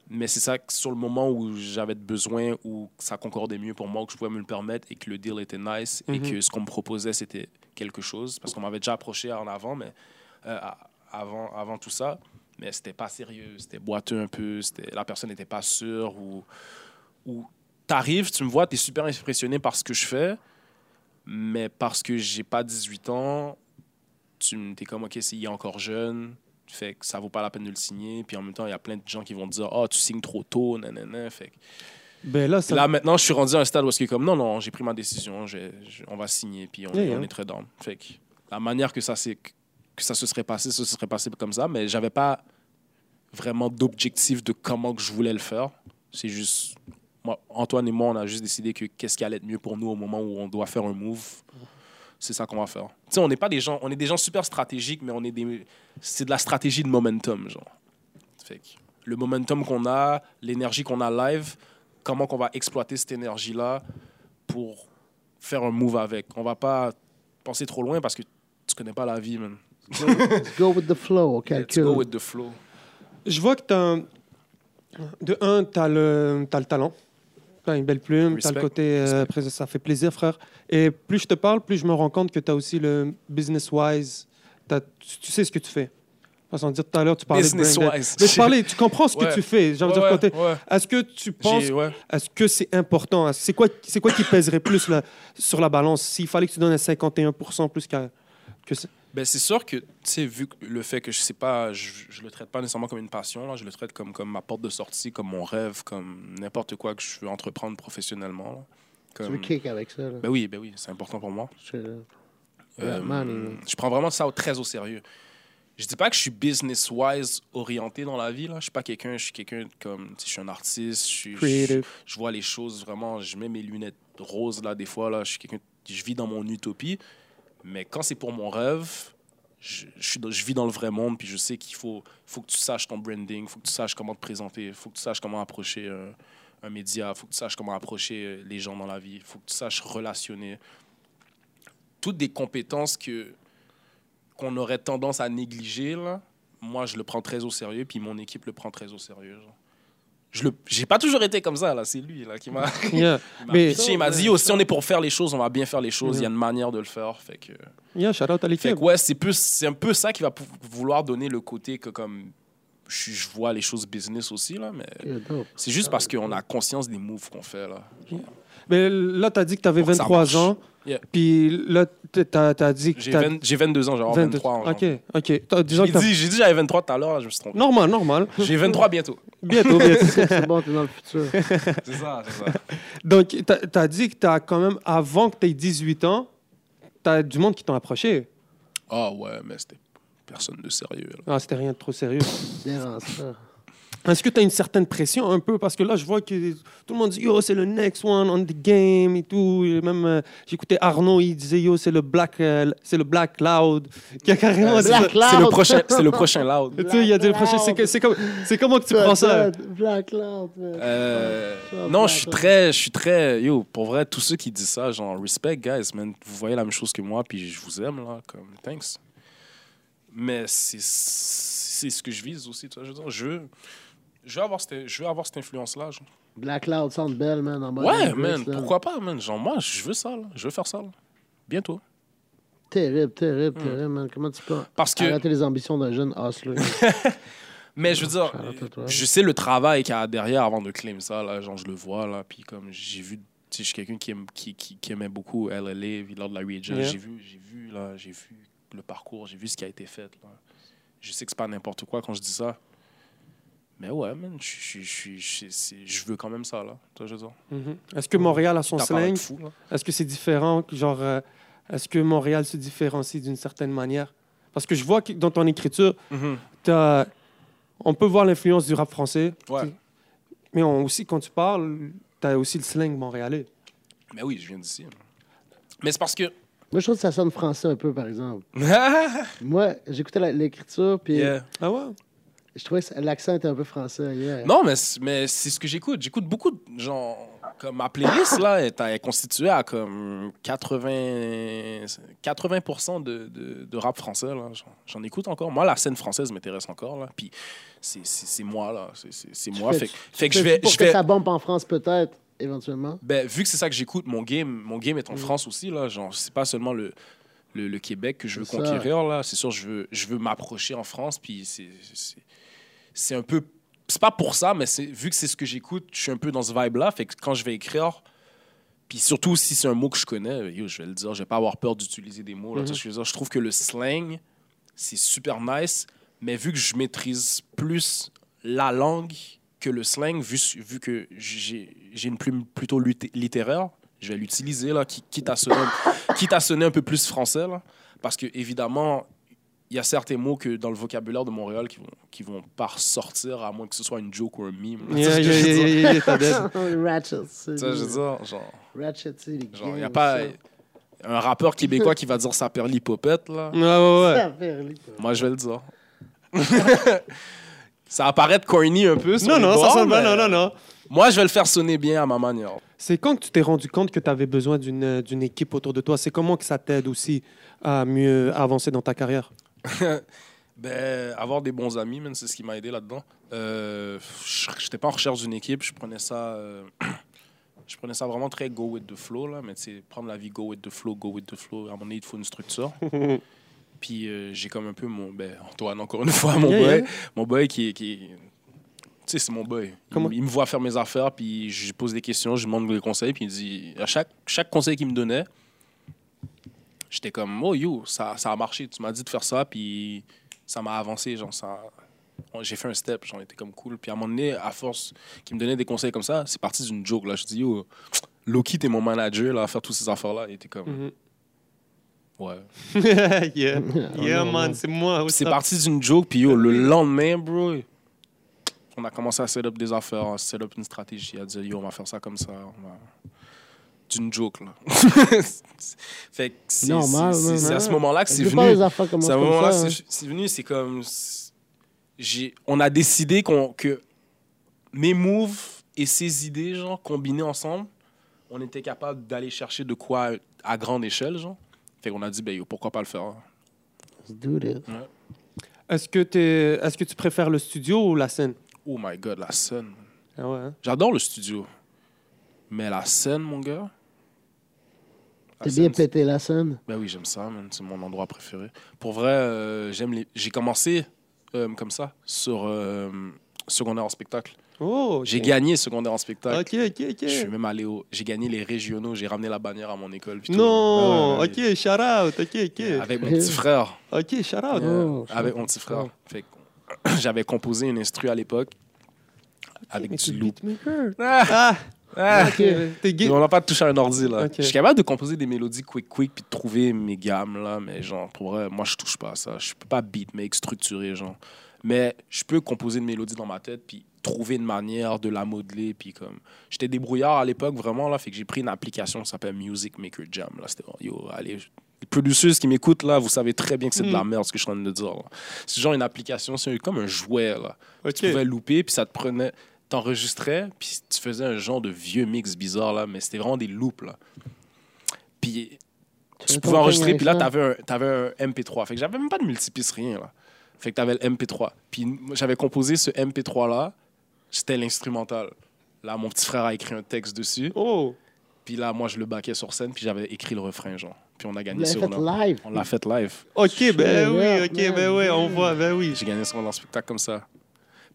S2: Mais c'est ça, que sur le moment où j'avais de besoin, où ça concordait mieux pour moi, que je pouvais me le permettre et que le deal était nice et
S1: Mhm.
S2: que ce qu'on me proposait, c'était quelque chose. Parce qu'on m'avait déjà approché en avant, mais euh, à- avant, avant tout ça, mais c'était pas sérieux, c'était boiteux un peu, c'était- la personne n'était pas sûre ou, ou t'arrives, tu me vois, t'es super impressionné par ce que je fais, mais parce que j'ai pas 18 ans, tu me- t'es comme, OK, c'est- il est encore jeune, fait que ça vaut pas la peine de le signer, puis en même temps, il y a plein de gens qui vont te dire, oh, tu signes trop tôt, nanana, fait que-
S1: ben là ça
S2: Là, maintenant, je suis rendu à un stade où est-ce que comme, non, non, j'ai pris ma décision, j'ai- j'ai- on va signer, puis on,
S1: Yeah, yeah.
S2: on est très down. Fait que la manière que ça, s'est- que ça se serait passé, ça se serait passé comme ça, mais j'avais pas vraiment d'objectif de comment que je voulais le faire. C'est juste, moi, Antoine et moi, on a juste décidé que qu'est-ce qui allait être mieux pour nous au moment où on doit faire un move. C'est ça qu'on va faire. Tu sais, on n'est pas des gens, on est des gens super stratégiques, mais on est des, c'est de la stratégie de momentum, genre. Fait que le momentum qu'on a, l'énergie qu'on a live, comment qu'on va exploiter cette énergie-là pour faire un move avec. On va pas penser trop loin parce que tu connais pas la vie, man.
S3: Let's go with the flow, on
S2: Let's go
S3: calcule.
S2: with the flow.
S1: Je vois que t'as un- De un, tu as, le t'as le talent. Tu as une belle plume, tu as le
S2: Respect.
S1: côté. euh,
S2: Respect.
S1: prés- ça fait plaisir, frère. Et plus je te parle, plus je me rends compte que tu as aussi le business-wise. T'as- Tu tu sais ce que tu fais. Parce qu'on dit tout à l'heure, tu parlais de brain dead.
S2: Business-wise.
S1: Mais je parlais, tu comprends ce
S2: Ouais.
S1: que tu fais. J'ai envie de
S2: Ouais,
S1: dire, côté-
S2: ouais, ouais.
S1: Est-ce que tu penses.
S2: J'ai- ouais.
S1: Est-ce que c'est important Est-ce- C'est quoi, c'est quoi qui pèserait plus là, sur la balance S'il fallait que tu donnes un 51% plus qu'à. Que c'est-
S2: Ben, c'est sûr que, tu sais, vu que le fait que je sais pas, je, je le traite pas nécessairement comme une passion, là, je le traite comme, comme ma porte de sortie, comme mon rêve, comme n'importe quoi que je veux entreprendre professionnellement. là.
S3: Tu
S2: Comme-
S3: veux kick avec ça, là.
S2: Ben oui, ben oui, c'est important pour moi.
S3: Je-
S2: Euh,
S3: Yeah, man.
S2: je prends vraiment ça au- très au sérieux. Je dis pas que je suis business-wise orienté dans la vie. Là. Je suis pas quelqu'un, je suis quelqu'un comme, tu sais, je suis un artiste, je, suis- je,
S1: Creative.
S2: je vois les choses vraiment, je mets mes lunettes roses là des fois, là, je suis quelqu'un, je vis dans mon utopie. Mais quand c'est pour mon rêve, je, je suis dans- je vis dans le vrai monde, puis je sais qu'il faut, faut que tu saches ton branding, faut que tu saches comment te présenter, faut que tu saches comment approcher euh, un média, faut que tu saches comment approcher euh, les gens dans la vie, faut que tu saches relationner. Toutes des compétences que qu'on aurait tendance à négliger, là, moi, je le prends très au sérieux, puis mon équipe le prend très au sérieux. genre. Je le, j'ai pas toujours été comme ça, là. C'est lui, là, qui m'a... [LAUGHS]
S1: Yeah.
S2: Il m'a
S1: Mais-
S2: pitché, il m'a dit Yo, si on est pour faire les choses, on va bien faire les choses. Il y a une manière de le faire. Fait que,
S1: Yeah, shout out à
S2: fait
S1: l'équipe.
S2: que ouais, c'est plus, c'est un peu ça qui va pou- vouloir donner le côté que comme je, suis- je vois les choses business aussi là, mais
S3: Yeah, dope.
S2: c'est juste parce qu'on a conscience des moves qu'on fait là.
S1: Mais là, tu as dit que tu avais
S2: Pour que ça
S1: 23
S2: marche.
S1: ans.
S2: Yeah.
S1: Puis là, tu as, dit que
S2: J'ai,
S1: t'as-
S2: 20 j'ai 22 ans, j'ai
S1: 22.
S2: 23 ans. genre.
S1: OK, OK. T'as- disons
S2: J'ai
S1: que t'as-
S2: dit, j'ai dit j'avais 23 tout à l'heure, là, je me suis trompé.
S1: Normal, normal.
S2: J'ai 23 bientôt.
S1: Bientôt,
S2: [LAUGHS]
S1: bientôt.
S3: C'est bon, t'es dans le futur.
S2: C'est ça, c'est ça.
S1: Donc, tu as dit que tu as quand même, avant que tu aies 18 ans, tu as du monde qui t'ont approché.
S2: [LAUGHS] Ah ouais, mais c'était personne de sérieux. là.
S1: Ah, c'était rien de trop sérieux.
S3: Dérange ça.
S1: Est-ce que tu as une certaine pression un peu? Parce que là, je vois que tout le monde dit Yo, c'est le next one on the game et tout. Et même, euh, j'écoutais Arnaud, il disait Yo, c'est le Black, euh, c'est le Black Loud. [LAUGHS] Qui a carrément dit ça.
S3: Black Cloud.
S2: Ah, C'est le prochain, c'est le prochain loud.
S1: [LAUGHS] Tu sais, il a dit le prochain. C'est, que- c'est comme- c'est comment que tu prends ça?
S3: Black Cloud, man.
S2: Euh, non, je suis très, je suis très, yo, pour vrai, tous ceux qui disent ça, genre, respect, guys, man, vous voyez la même chose que moi, puis je vous aime, là, comme, thanks. Mais c'est c'est ce que je vise aussi, tu vois, je veux dire, je veux, je veux avoir cette, je veux avoir cette influence-là. genre.
S3: Black Cloud sound belle, man. En mode
S2: Ouais,
S3: Hendrix,
S2: man,
S3: là.
S2: pourquoi pas, man, genre, moi, je veux ça, là, je veux faire ça, là. bientôt.
S3: Terrible, terrible, terrible, man. Comment tu peux
S2: Parce Hmm. que,
S3: arrêter les ambitions d'un jeune
S2: [LAUGHS]
S3: hustler?
S2: mais je veux dire,
S3: Shout out à toi.
S2: je sais le travail qu'il y a derrière avant de claim ça, là, genre, je le vois, là, puis comme, j'ai vu Tu sais, je suis quelqu'un qui, aime, qui, qui, qui aimait beaucoup LLA puis lors de la Region.
S1: Yeah.
S2: J'ai vu, j'ai vu, là, j'ai vu le parcours, j'ai vu ce qui a été fait. Là. Je sais que c'est pas n'importe quoi quand je dis ça. Mais ouais, man, je, suis- je, suis- je, suis- c'est- je veux quand même ça, là. Tu vois, je veux dire.
S1: Mhm. Est-ce que Montréal a son
S2: T'as
S1: slang?
S2: parlé de fou, là.
S1: Est-ce que c'est différent? que Genre, euh, est-ce que Montréal se différencie d'une certaine manière? Parce que je vois que dans ton écriture, t'as- on peut voir l'influence du rap français,
S2: Ouais.
S1: mais on- aussi quand tu parles, tu as aussi le slang montréalais.
S2: Mais oui, je viens d'ici. là. Mais c'est parce
S3: [LAUGHS]
S2: que.
S3: Moi, je trouve que ça sonne français un peu, par exemple. Moi, j'écoutais la- l'écriture, puis
S2: Yeah.
S1: Ah ouais?
S3: je trouvais que l'accent était un peu français. yeah.
S2: Non, mais, c'est- mais c'est ce que j'écoute. J'écoute beaucoup de genre Comme ma playlist, là, est, est constituée à comme 80, 80% de, de, de rap français. là. J'en- J'en écoute encore. Moi, la scène française m'intéresse encore. Là. Puis c'est- c'est c'est moi, là. C'est- C'est c'est
S3: Tu
S2: moi. Fait,
S3: fais-
S2: que-
S3: tu
S2: fait que
S3: fais
S2: je vais...
S3: Pour
S2: je
S3: que
S2: vais-
S3: ça bombe en France, peut-être, éventuellement.
S2: ben, vu que c'est ça que j'écoute, mon game, mon game
S3: Mm.
S2: est en France aussi. Là, genre, c'est pas seulement le, le, le Québec que je veux
S3: C'est ça.
S2: conquérir. Là, c'est sûr, je veux, je veux m'approcher en France. Puis c'est, c'est, c'est un peu. C'est pas pour ça, mais c'est, vu que c'est ce que j'écoute, je suis un peu dans ce vibe-là. Fait que quand je vais écrire, puis surtout si c'est un mot que je connais, ben, yo, je vais le dire, je vais pas avoir peur d'utiliser des mots. Là,
S1: Mhm.
S3: Mm-hmm.
S2: Tu sais ce que je, veux dire? je trouve que le slang, c'est super nice, mais vu que je maîtrise plus la langue que le slang, vu, vu que j'ai j'ai une plume plutôt luté- littéraire, je vais l'utiliser, là, qui- quitte à, sonner, quitte à sonner un peu plus français, là, parce que évidemment, il y a certains mots que dans le vocabulaire de Montréal qui vont, qui vont pas ressortir, à moins que ce soit une joke ou un mime. là.
S1: Yeah,
S2: [LAUGHS] Tu sais
S1: yeah,
S2: ce que je veux
S1: yeah,
S2: dire?
S1: yeah, yeah, t'as [LAUGHS]
S3: [LAUGHS]
S1: dead.
S3: Ratchet, c'est.
S2: Tu sais, je veux dire, genre...
S3: Ratchet, c'est les
S2: Genre, il
S3: gangs,
S2: a pas
S3: ça.
S2: un rappeur québécois qui va dire sa perle l'hypopète, là.
S1: Ah ouais, ouais.
S3: Ça fait rire, quoi.
S2: Moi, je vais le dire. [LAUGHS] ça apparaît de corny un peu. sur
S1: Non,
S2: les
S1: non, ça
S2: bords,
S1: sonne bien,
S2: mais
S1: non, non, non.
S2: Moi, je vais le faire sonner bien à ma manière.
S1: C'est quand que tu t'es rendu compte que tu avais besoin d'une euh, d'une équipe autour de toi? C'est comment que ça t'aide aussi à mieux avancer dans ta carrière?
S2: Ben, avoir des bons amis, man, c'est ce qui m'a aidé là-dedans. Euh, je n'étais pas en recherche d'une équipe, je prenais ça, euh, [CLEARS THROAT] je prenais ça vraiment très go with the flow là, mais c'est prendre la vie go with the flow, go with the flow. À mon avis, il te faut une
S1: [LAUGHS]
S2: structure. Puis euh, j'ai comme un peu mon, ben Antoine encore une fois, mon
S1: Yeah,
S2: boy,
S1: yeah.
S2: mon boy qui, qui tu sais, c'est mon boy. Il,
S1: Comment-
S2: m- il me voit faire mes affaires, puis je lui pose des questions, je lui demande des conseils, puis il dit à chaque chaque conseil qu'il me donnait. J'étais comme, oh yo, ça, ça a marché, tu m'as dit de faire ça, puis ça m'a avancé, genre ça on- j'ai fait un step, j'en étais comme cool. Puis à un moment donné, à force qu'il me donnait des conseils comme ça, c'est parti d'une joke là, je dis yo, Loki t'es mon manager là, à faire toutes ces affaires là, il était comme
S1: Mhm.
S2: ouais.
S1: [LAUGHS]
S2: [LAUGHS]
S1: yeah.
S2: Oh
S1: Yeah, man, c'est moi.
S2: C'est parti d'une joke puis yo, le lendemain, bro, on a commencé à set up des affaires, à set up une stratégie, à dire yo, on va faire ça comme ça, on va d'une joke. Là. [LAUGHS] fait que c'est c'est-
S3: Normal,
S2: c'est-
S3: ouais,
S2: c'est à ce
S3: ouais.
S2: moment-là que
S3: Je
S2: c'est
S3: veux pas
S2: venu.
S3: les affaires commencent
S2: C'est à un
S3: comme
S2: moment-là
S3: ça,
S2: que
S3: hein.
S2: c'est c'est venu, c'est comme. c'est- j'ai- On a décidé qu'on que mes moves et ses idées, genre, combinés ensemble, on était capable d'aller chercher de quoi à grande échelle, genre. Fait qu'on a dit, ben, yo, pourquoi pas le faire? hein?
S3: Let's do it.
S1: Est-ce que, t'es- est-ce que tu préfères le studio ou la scène?
S2: Oh my god, la scène.
S1: Ah ouais, hein?
S2: J'adore le studio. Mais la scène, mon gars. la
S3: T'as bien
S2: scène,
S3: pété la scène.
S2: Ben oui, j'aime ça, man. c'est mon endroit préféré. Pour vrai, euh, j'aime les... j'ai commencé euh, comme ça sur euh, secondaire en spectacle.
S1: Oh,
S2: J'ai
S1: ok.
S2: gagné secondaire en spectacle.
S1: Ok, ok, ok.
S2: Je suis même allé au. J'ai gagné les régionaux, j'ai ramené la bannière à mon école. puis tout.
S1: Non,
S2: Ah Ouais, ouais, ouais.
S1: ok, shout out, ok, ok. Ah,
S2: Avec mon petit frère.
S1: Ok, shout out.
S3: Yeah.
S2: Euh,
S3: je
S2: avec
S3: comprends.
S2: mon petit frère. Fait que [CLEARS THROAT] j'avais composé une instru à l'époque avec
S1: Mais
S2: du
S1: tu
S2: loup.
S1: beatmaker.
S2: Ah,
S1: Ah,
S2: ah.
S1: ok. T'es gay.
S2: Mais on n'a pas touché à un ordi là.
S1: Ok.
S2: Je suis capable de composer des mélodies quick quick puis de trouver mes gammes là, mais genre pour vrai, moi je touche pas à ça. Je peux pas beatmake structurer genre. Mais je peux composer une mélodie dans ma tête puis trouver une manière de la modeler puis comme j'étais débrouillard à l'époque vraiment là, fait que j'ai pris une application qui s'appelle Music Maker Jam là, c'était yo allez les produceuses qui m'écoutent là, vous savez très bien que c'est de la merde ce que je suis en train de dire. là. C'est genre une application, c'est comme un jouet là
S1: Ok.
S2: tu pouvais louper, puis ça te prenait, t'enregistrais, puis tu faisais un genre de vieux mix bizarre, là, mais c'était vraiment des loops, là. Puis tu pouvais enregistrer, puis là, t'avais un, t'avais un MP3. Fait que j'avais même pas de multipiste, rien, là. Fait que t'avais le MP3. Puis moi, j'avais composé ce MP3-là, c'était l'instrumental. Là, mon petit frère a écrit un texte dessus,
S1: Oh,
S2: puis là, moi, je le baquais sur scène, puis j'avais écrit le refrain, genre. Puis on a
S3: Vous
S2: gagné
S3: l'avez
S2: ce
S3: fait live.
S2: On l'a fait live.
S1: ok, ben oui,
S3: Yeah,
S1: ok, ben
S3: man.
S1: oui, on voit, ben oui.
S2: J'ai gagné son en spectacle comme ça.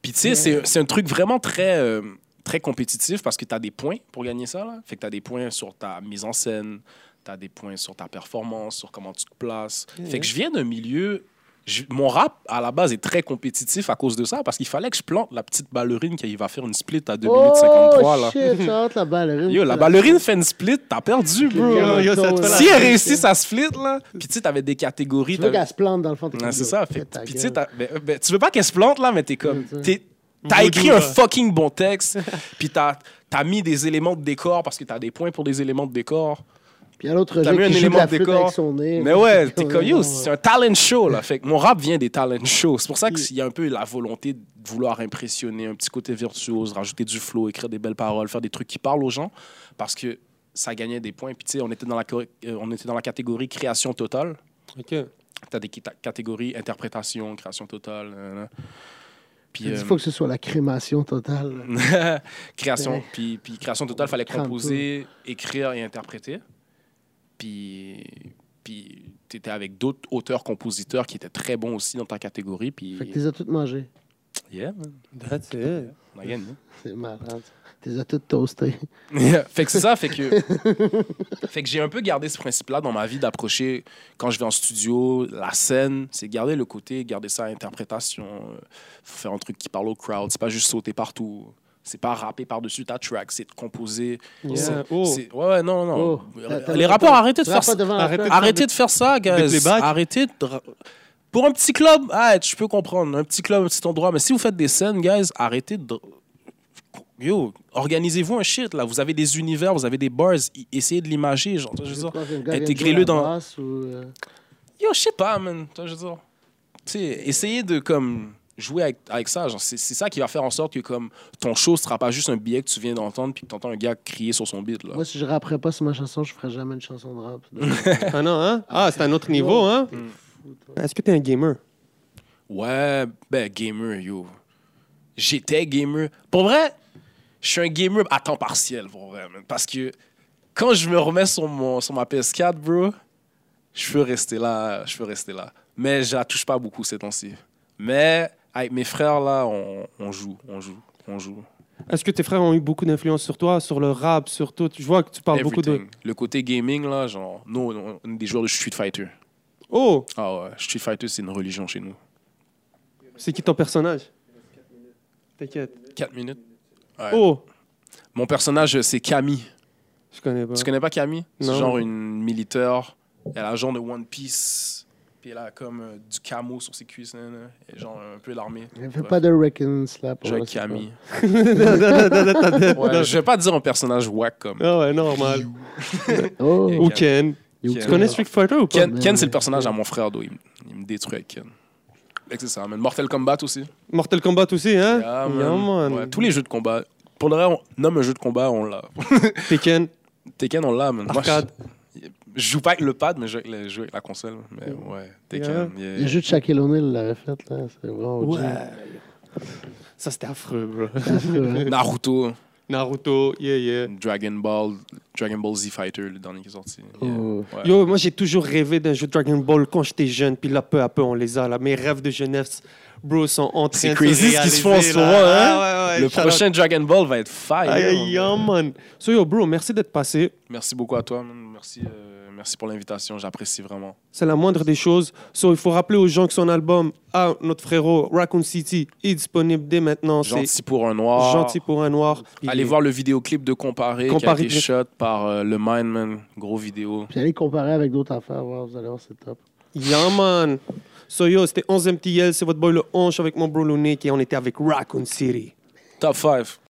S2: Puis tu sais, c'est- c'est un truc vraiment très, euh, très compétitif parce que tu as des points pour gagner ça. Là. Fait que tu as des points sur ta mise en scène, tu as des points sur ta performance, sur comment tu te places. Fait que je viens d'un milieu. je- mon rap, à la base, est très compétitif à cause de ça parce qu'il fallait que je plante la petite ballerine qui va faire une split à 2 minutes 53.
S3: Oh
S2: Là.
S3: shit, ça hâte la
S2: [LAUGHS]
S3: ballerine.
S2: Yo, la ballerine fait une split, t'as perdu, bro.
S1: Yo, yo, ça te fait la-
S2: Si elle réussit sa split, là, puis tu sais, t'avais des catégories.
S3: Tu veux
S2: t'avais-
S3: qu'elle se plante dans le fond de
S2: Ouais, c'est ça. Fait,
S3: ta
S2: puis tu sais,
S3: gueule.
S2: t'as- ben, ben, tu veux pas qu'elle se plante là, mais t'es comme.
S3: C'est ça.
S2: t'es- T'as
S1: Vaudou,
S2: écrit un
S1: là.
S2: fucking bon
S3: [LAUGHS]
S2: texte, puis t'as as mis des éléments de décor parce que t'as des points pour des éléments de décor.
S3: Puis il y a l'autre
S2: T'as
S3: jeu
S2: mis un
S3: qui joue de
S2: élément
S3: la
S2: de
S3: flûte
S2: décor.
S3: avec son nez.
S2: Mais ouais, t'es
S3: Ouais,
S2: comme
S3: ouais.
S2: yo, c'est un talent show là. Fait que mon rap vient des talent shows. C'est pour ça qu'il y a un peu la volonté de vouloir impressionner, un petit côté virtuose, rajouter du flow, écrire des belles paroles, faire des trucs qui parlent aux gens parce que ça gagnait des points. Puis tu sais, on était dans la cor- euh, on était dans la catégorie création totale.
S1: Ok.
S2: T'as des quita- catégories interprétation, création totale. nanana. Puis,
S3: Il
S2: euh, [LAUGHS]
S3: faut que ce soit la crémation totale.
S2: création,
S3: Ouais.
S2: puis, puis création totale, fallait
S3: Crame
S2: composer, écrire et interpréter. Puis, puis t'étais avec d'autres auteurs-compositeurs qui étaient très bons aussi dans ta catégorie. Puis,
S3: Fait que t'es as toutes mangées.
S2: yeah, man,
S1: That's it.
S2: on a gagné.
S3: C'est malade. T'es as toutes toastées.
S2: fait que c'est ça, fait
S3: [LAUGHS]
S2: que, fait que j'ai un peu gardé ce principe-là dans ma vie d'approcher, quand je vais en studio, la scène, c'est garder le côté, garder ça à interprétation. euh, Faut faire un truc qui parle au crowd, c'est pas juste sauter partout. C'est pas rapper par-dessus ta track, c'est de composer.
S1: Yeah.
S2: C'est-
S1: Oh.
S2: c'est- Ouais, ouais, non, non.
S3: Oh. T'as- t'as-
S2: Les
S3: t'as-
S2: rappeurs, arrêtez de faire
S3: Rappe pas
S2: ça.
S3: devant la
S1: Arrêtez
S3: [LAUGHS] place.
S1: de-
S2: Arrêtez de faire ça, guys.
S1: playback.
S2: Arrêtez de... ra- Pour un petit club, ah, je peux comprendre. Un petit club, un petit endroit. Mais si vous faites des scènes, guys, arrêtez de... Yo, organisez-vous un shit, là. Vous avez des univers, vous avez des bars. I- Essayez de l'imager, genre. Je veux dire.
S3: Quand un gars vient de
S2: intégrez-le
S3: jouer la
S2: dans-
S3: basse ou, euh,
S2: Yo, je sais pas, man. Tu vois, Je veux dire. Tu sais, essayez de, comme... Jouer avec, avec ça, genre, c'est c'est ça qui va faire en sorte que comme ton show sera pas juste un billet que tu viens d'entendre puis que t'entends un gars crier sur son beat là.
S3: Moi, si je rapperais pas sur ma chanson, je ferais jamais une chanson de rap. Donc,
S1: Ah non, hein? Ah, c'est un [LAUGHS] autre niveau, hein?
S3: t'es fou, toi.
S1: Est-ce que t'es un gamer?
S2: Ouais, ben gamer, yo. J'étais gamer. Pour vrai, je suis un gamer à temps partiel, pour vrai, man. Parce que quand je me remets sur, mon, sur ma PS4, bro, je peux rester là, je peux rester là. Mais je la touche pas beaucoup ces temps-ci. Mais avec mes frères, là, on, on joue, on joue, on joue.
S1: Est-ce que tes frères ont eu beaucoup d'influence sur toi, sur le rap, sur tout? Je vois que tu parles beaucoup de.
S2: Everything. Le côté gaming, là, genre, nous, on- on est des joueurs de Street Fighter.
S1: Oh!
S2: Ah ouais, Street Fighter, c'est une religion chez nous.
S1: C'est qui ton personnage? T'inquiète.
S2: 4 minutes.
S1: Oh!
S2: Mon personnage, c'est Camille.
S1: Je connais pas.
S2: Tu connais pas Camille C'est
S1: Non.
S2: genre une militaire. Elle a genre de One Piece. Puis elle a comme euh, du camo sur ses cuisses, hein, là. Et genre un peu larmée.
S3: Il fait pas de reckon slap.
S2: J'ai
S3: ouais,
S2: un
S3: c'est
S2: Camille.
S1: [LAUGHS] Ah
S2: Ouais, je vais pas dire un personnage wack comme.
S1: ouais, normal.
S3: pas- Oh,
S1: Ou Ken.
S3: you
S1: Tu
S2: Ken.
S1: connais Street Fighter ou pas?
S2: Ken, Ken, c'est le personnage à mon frère, d'où il, me- il me détruit avec Ken. Fait que C'est ça, man. Mortal Kombat aussi.
S1: Mortal Kombat aussi, hein?
S2: Yeah, man.
S1: Yeah, man.
S2: Ouais, tous les jeux de combat. Pour le vrai, on nomme un jeu de combat, on l'a.
S1: T'es Ken.
S2: Tekken, on l'a, man. Moi, je-
S1: Arcade.
S2: je, joue pas avec le pad, mais je joue avec, le- je joue avec la console. Mais ouais, Tekken. yeah.
S3: Le jeu de Shaquille O'Neal l'avait fait, là. C'est bon. OG. [LAUGHS]
S1: Ça, c'était affreux, bro.
S2: Naruto,
S1: Naruto, yeah, yeah.
S2: Dragon Ball, Dragon Ball Z Fighter, le dernier qui est sorti. Yeah.
S3: Oh.
S2: Ouais.
S1: Yo, moi j'ai toujours rêvé d'un jeu Dragon Ball quand j'étais jeune, puis là peu à peu on les a là. Mes rêves de jeunesse, bro, sont en train
S2: C'est
S1: de
S2: crazy ce qui se
S1: réaliser,
S2: font en ce
S1: là.
S2: moment, hein?
S1: Ah, ouais, ouais,
S2: le
S1: shout out.
S2: prochain Dragon Ball va être fire.
S1: Aïe,
S2: man.
S1: aïe, yeah, man. So yo, bro, merci d'être passé.
S2: Merci beaucoup à toi, man. Merci, euh, merci pour l'invitation, j'apprécie vraiment.
S1: C'est la moindre des choses. So il faut rappeler aux gens que son album, ah, notre frérot, Raccoon City, est disponible dès maintenant. C'est
S2: Gentil pour un noir.
S1: gentil pour un noir. Il
S2: Allez
S1: est-
S2: voir le vidéoclip de Comparé,
S1: Comparé
S2: qui a été shot par euh, le Mindman. Gros vidéo.
S3: Puis allez comparer avec d'autres affaires, voir, vous allez voir, c'est top.
S1: Yeah, man. So yo, c'était 11 MTL, c'est votre boy le Honche avec mon bro Lounic et on était avec Raccoon City.
S2: Top 5.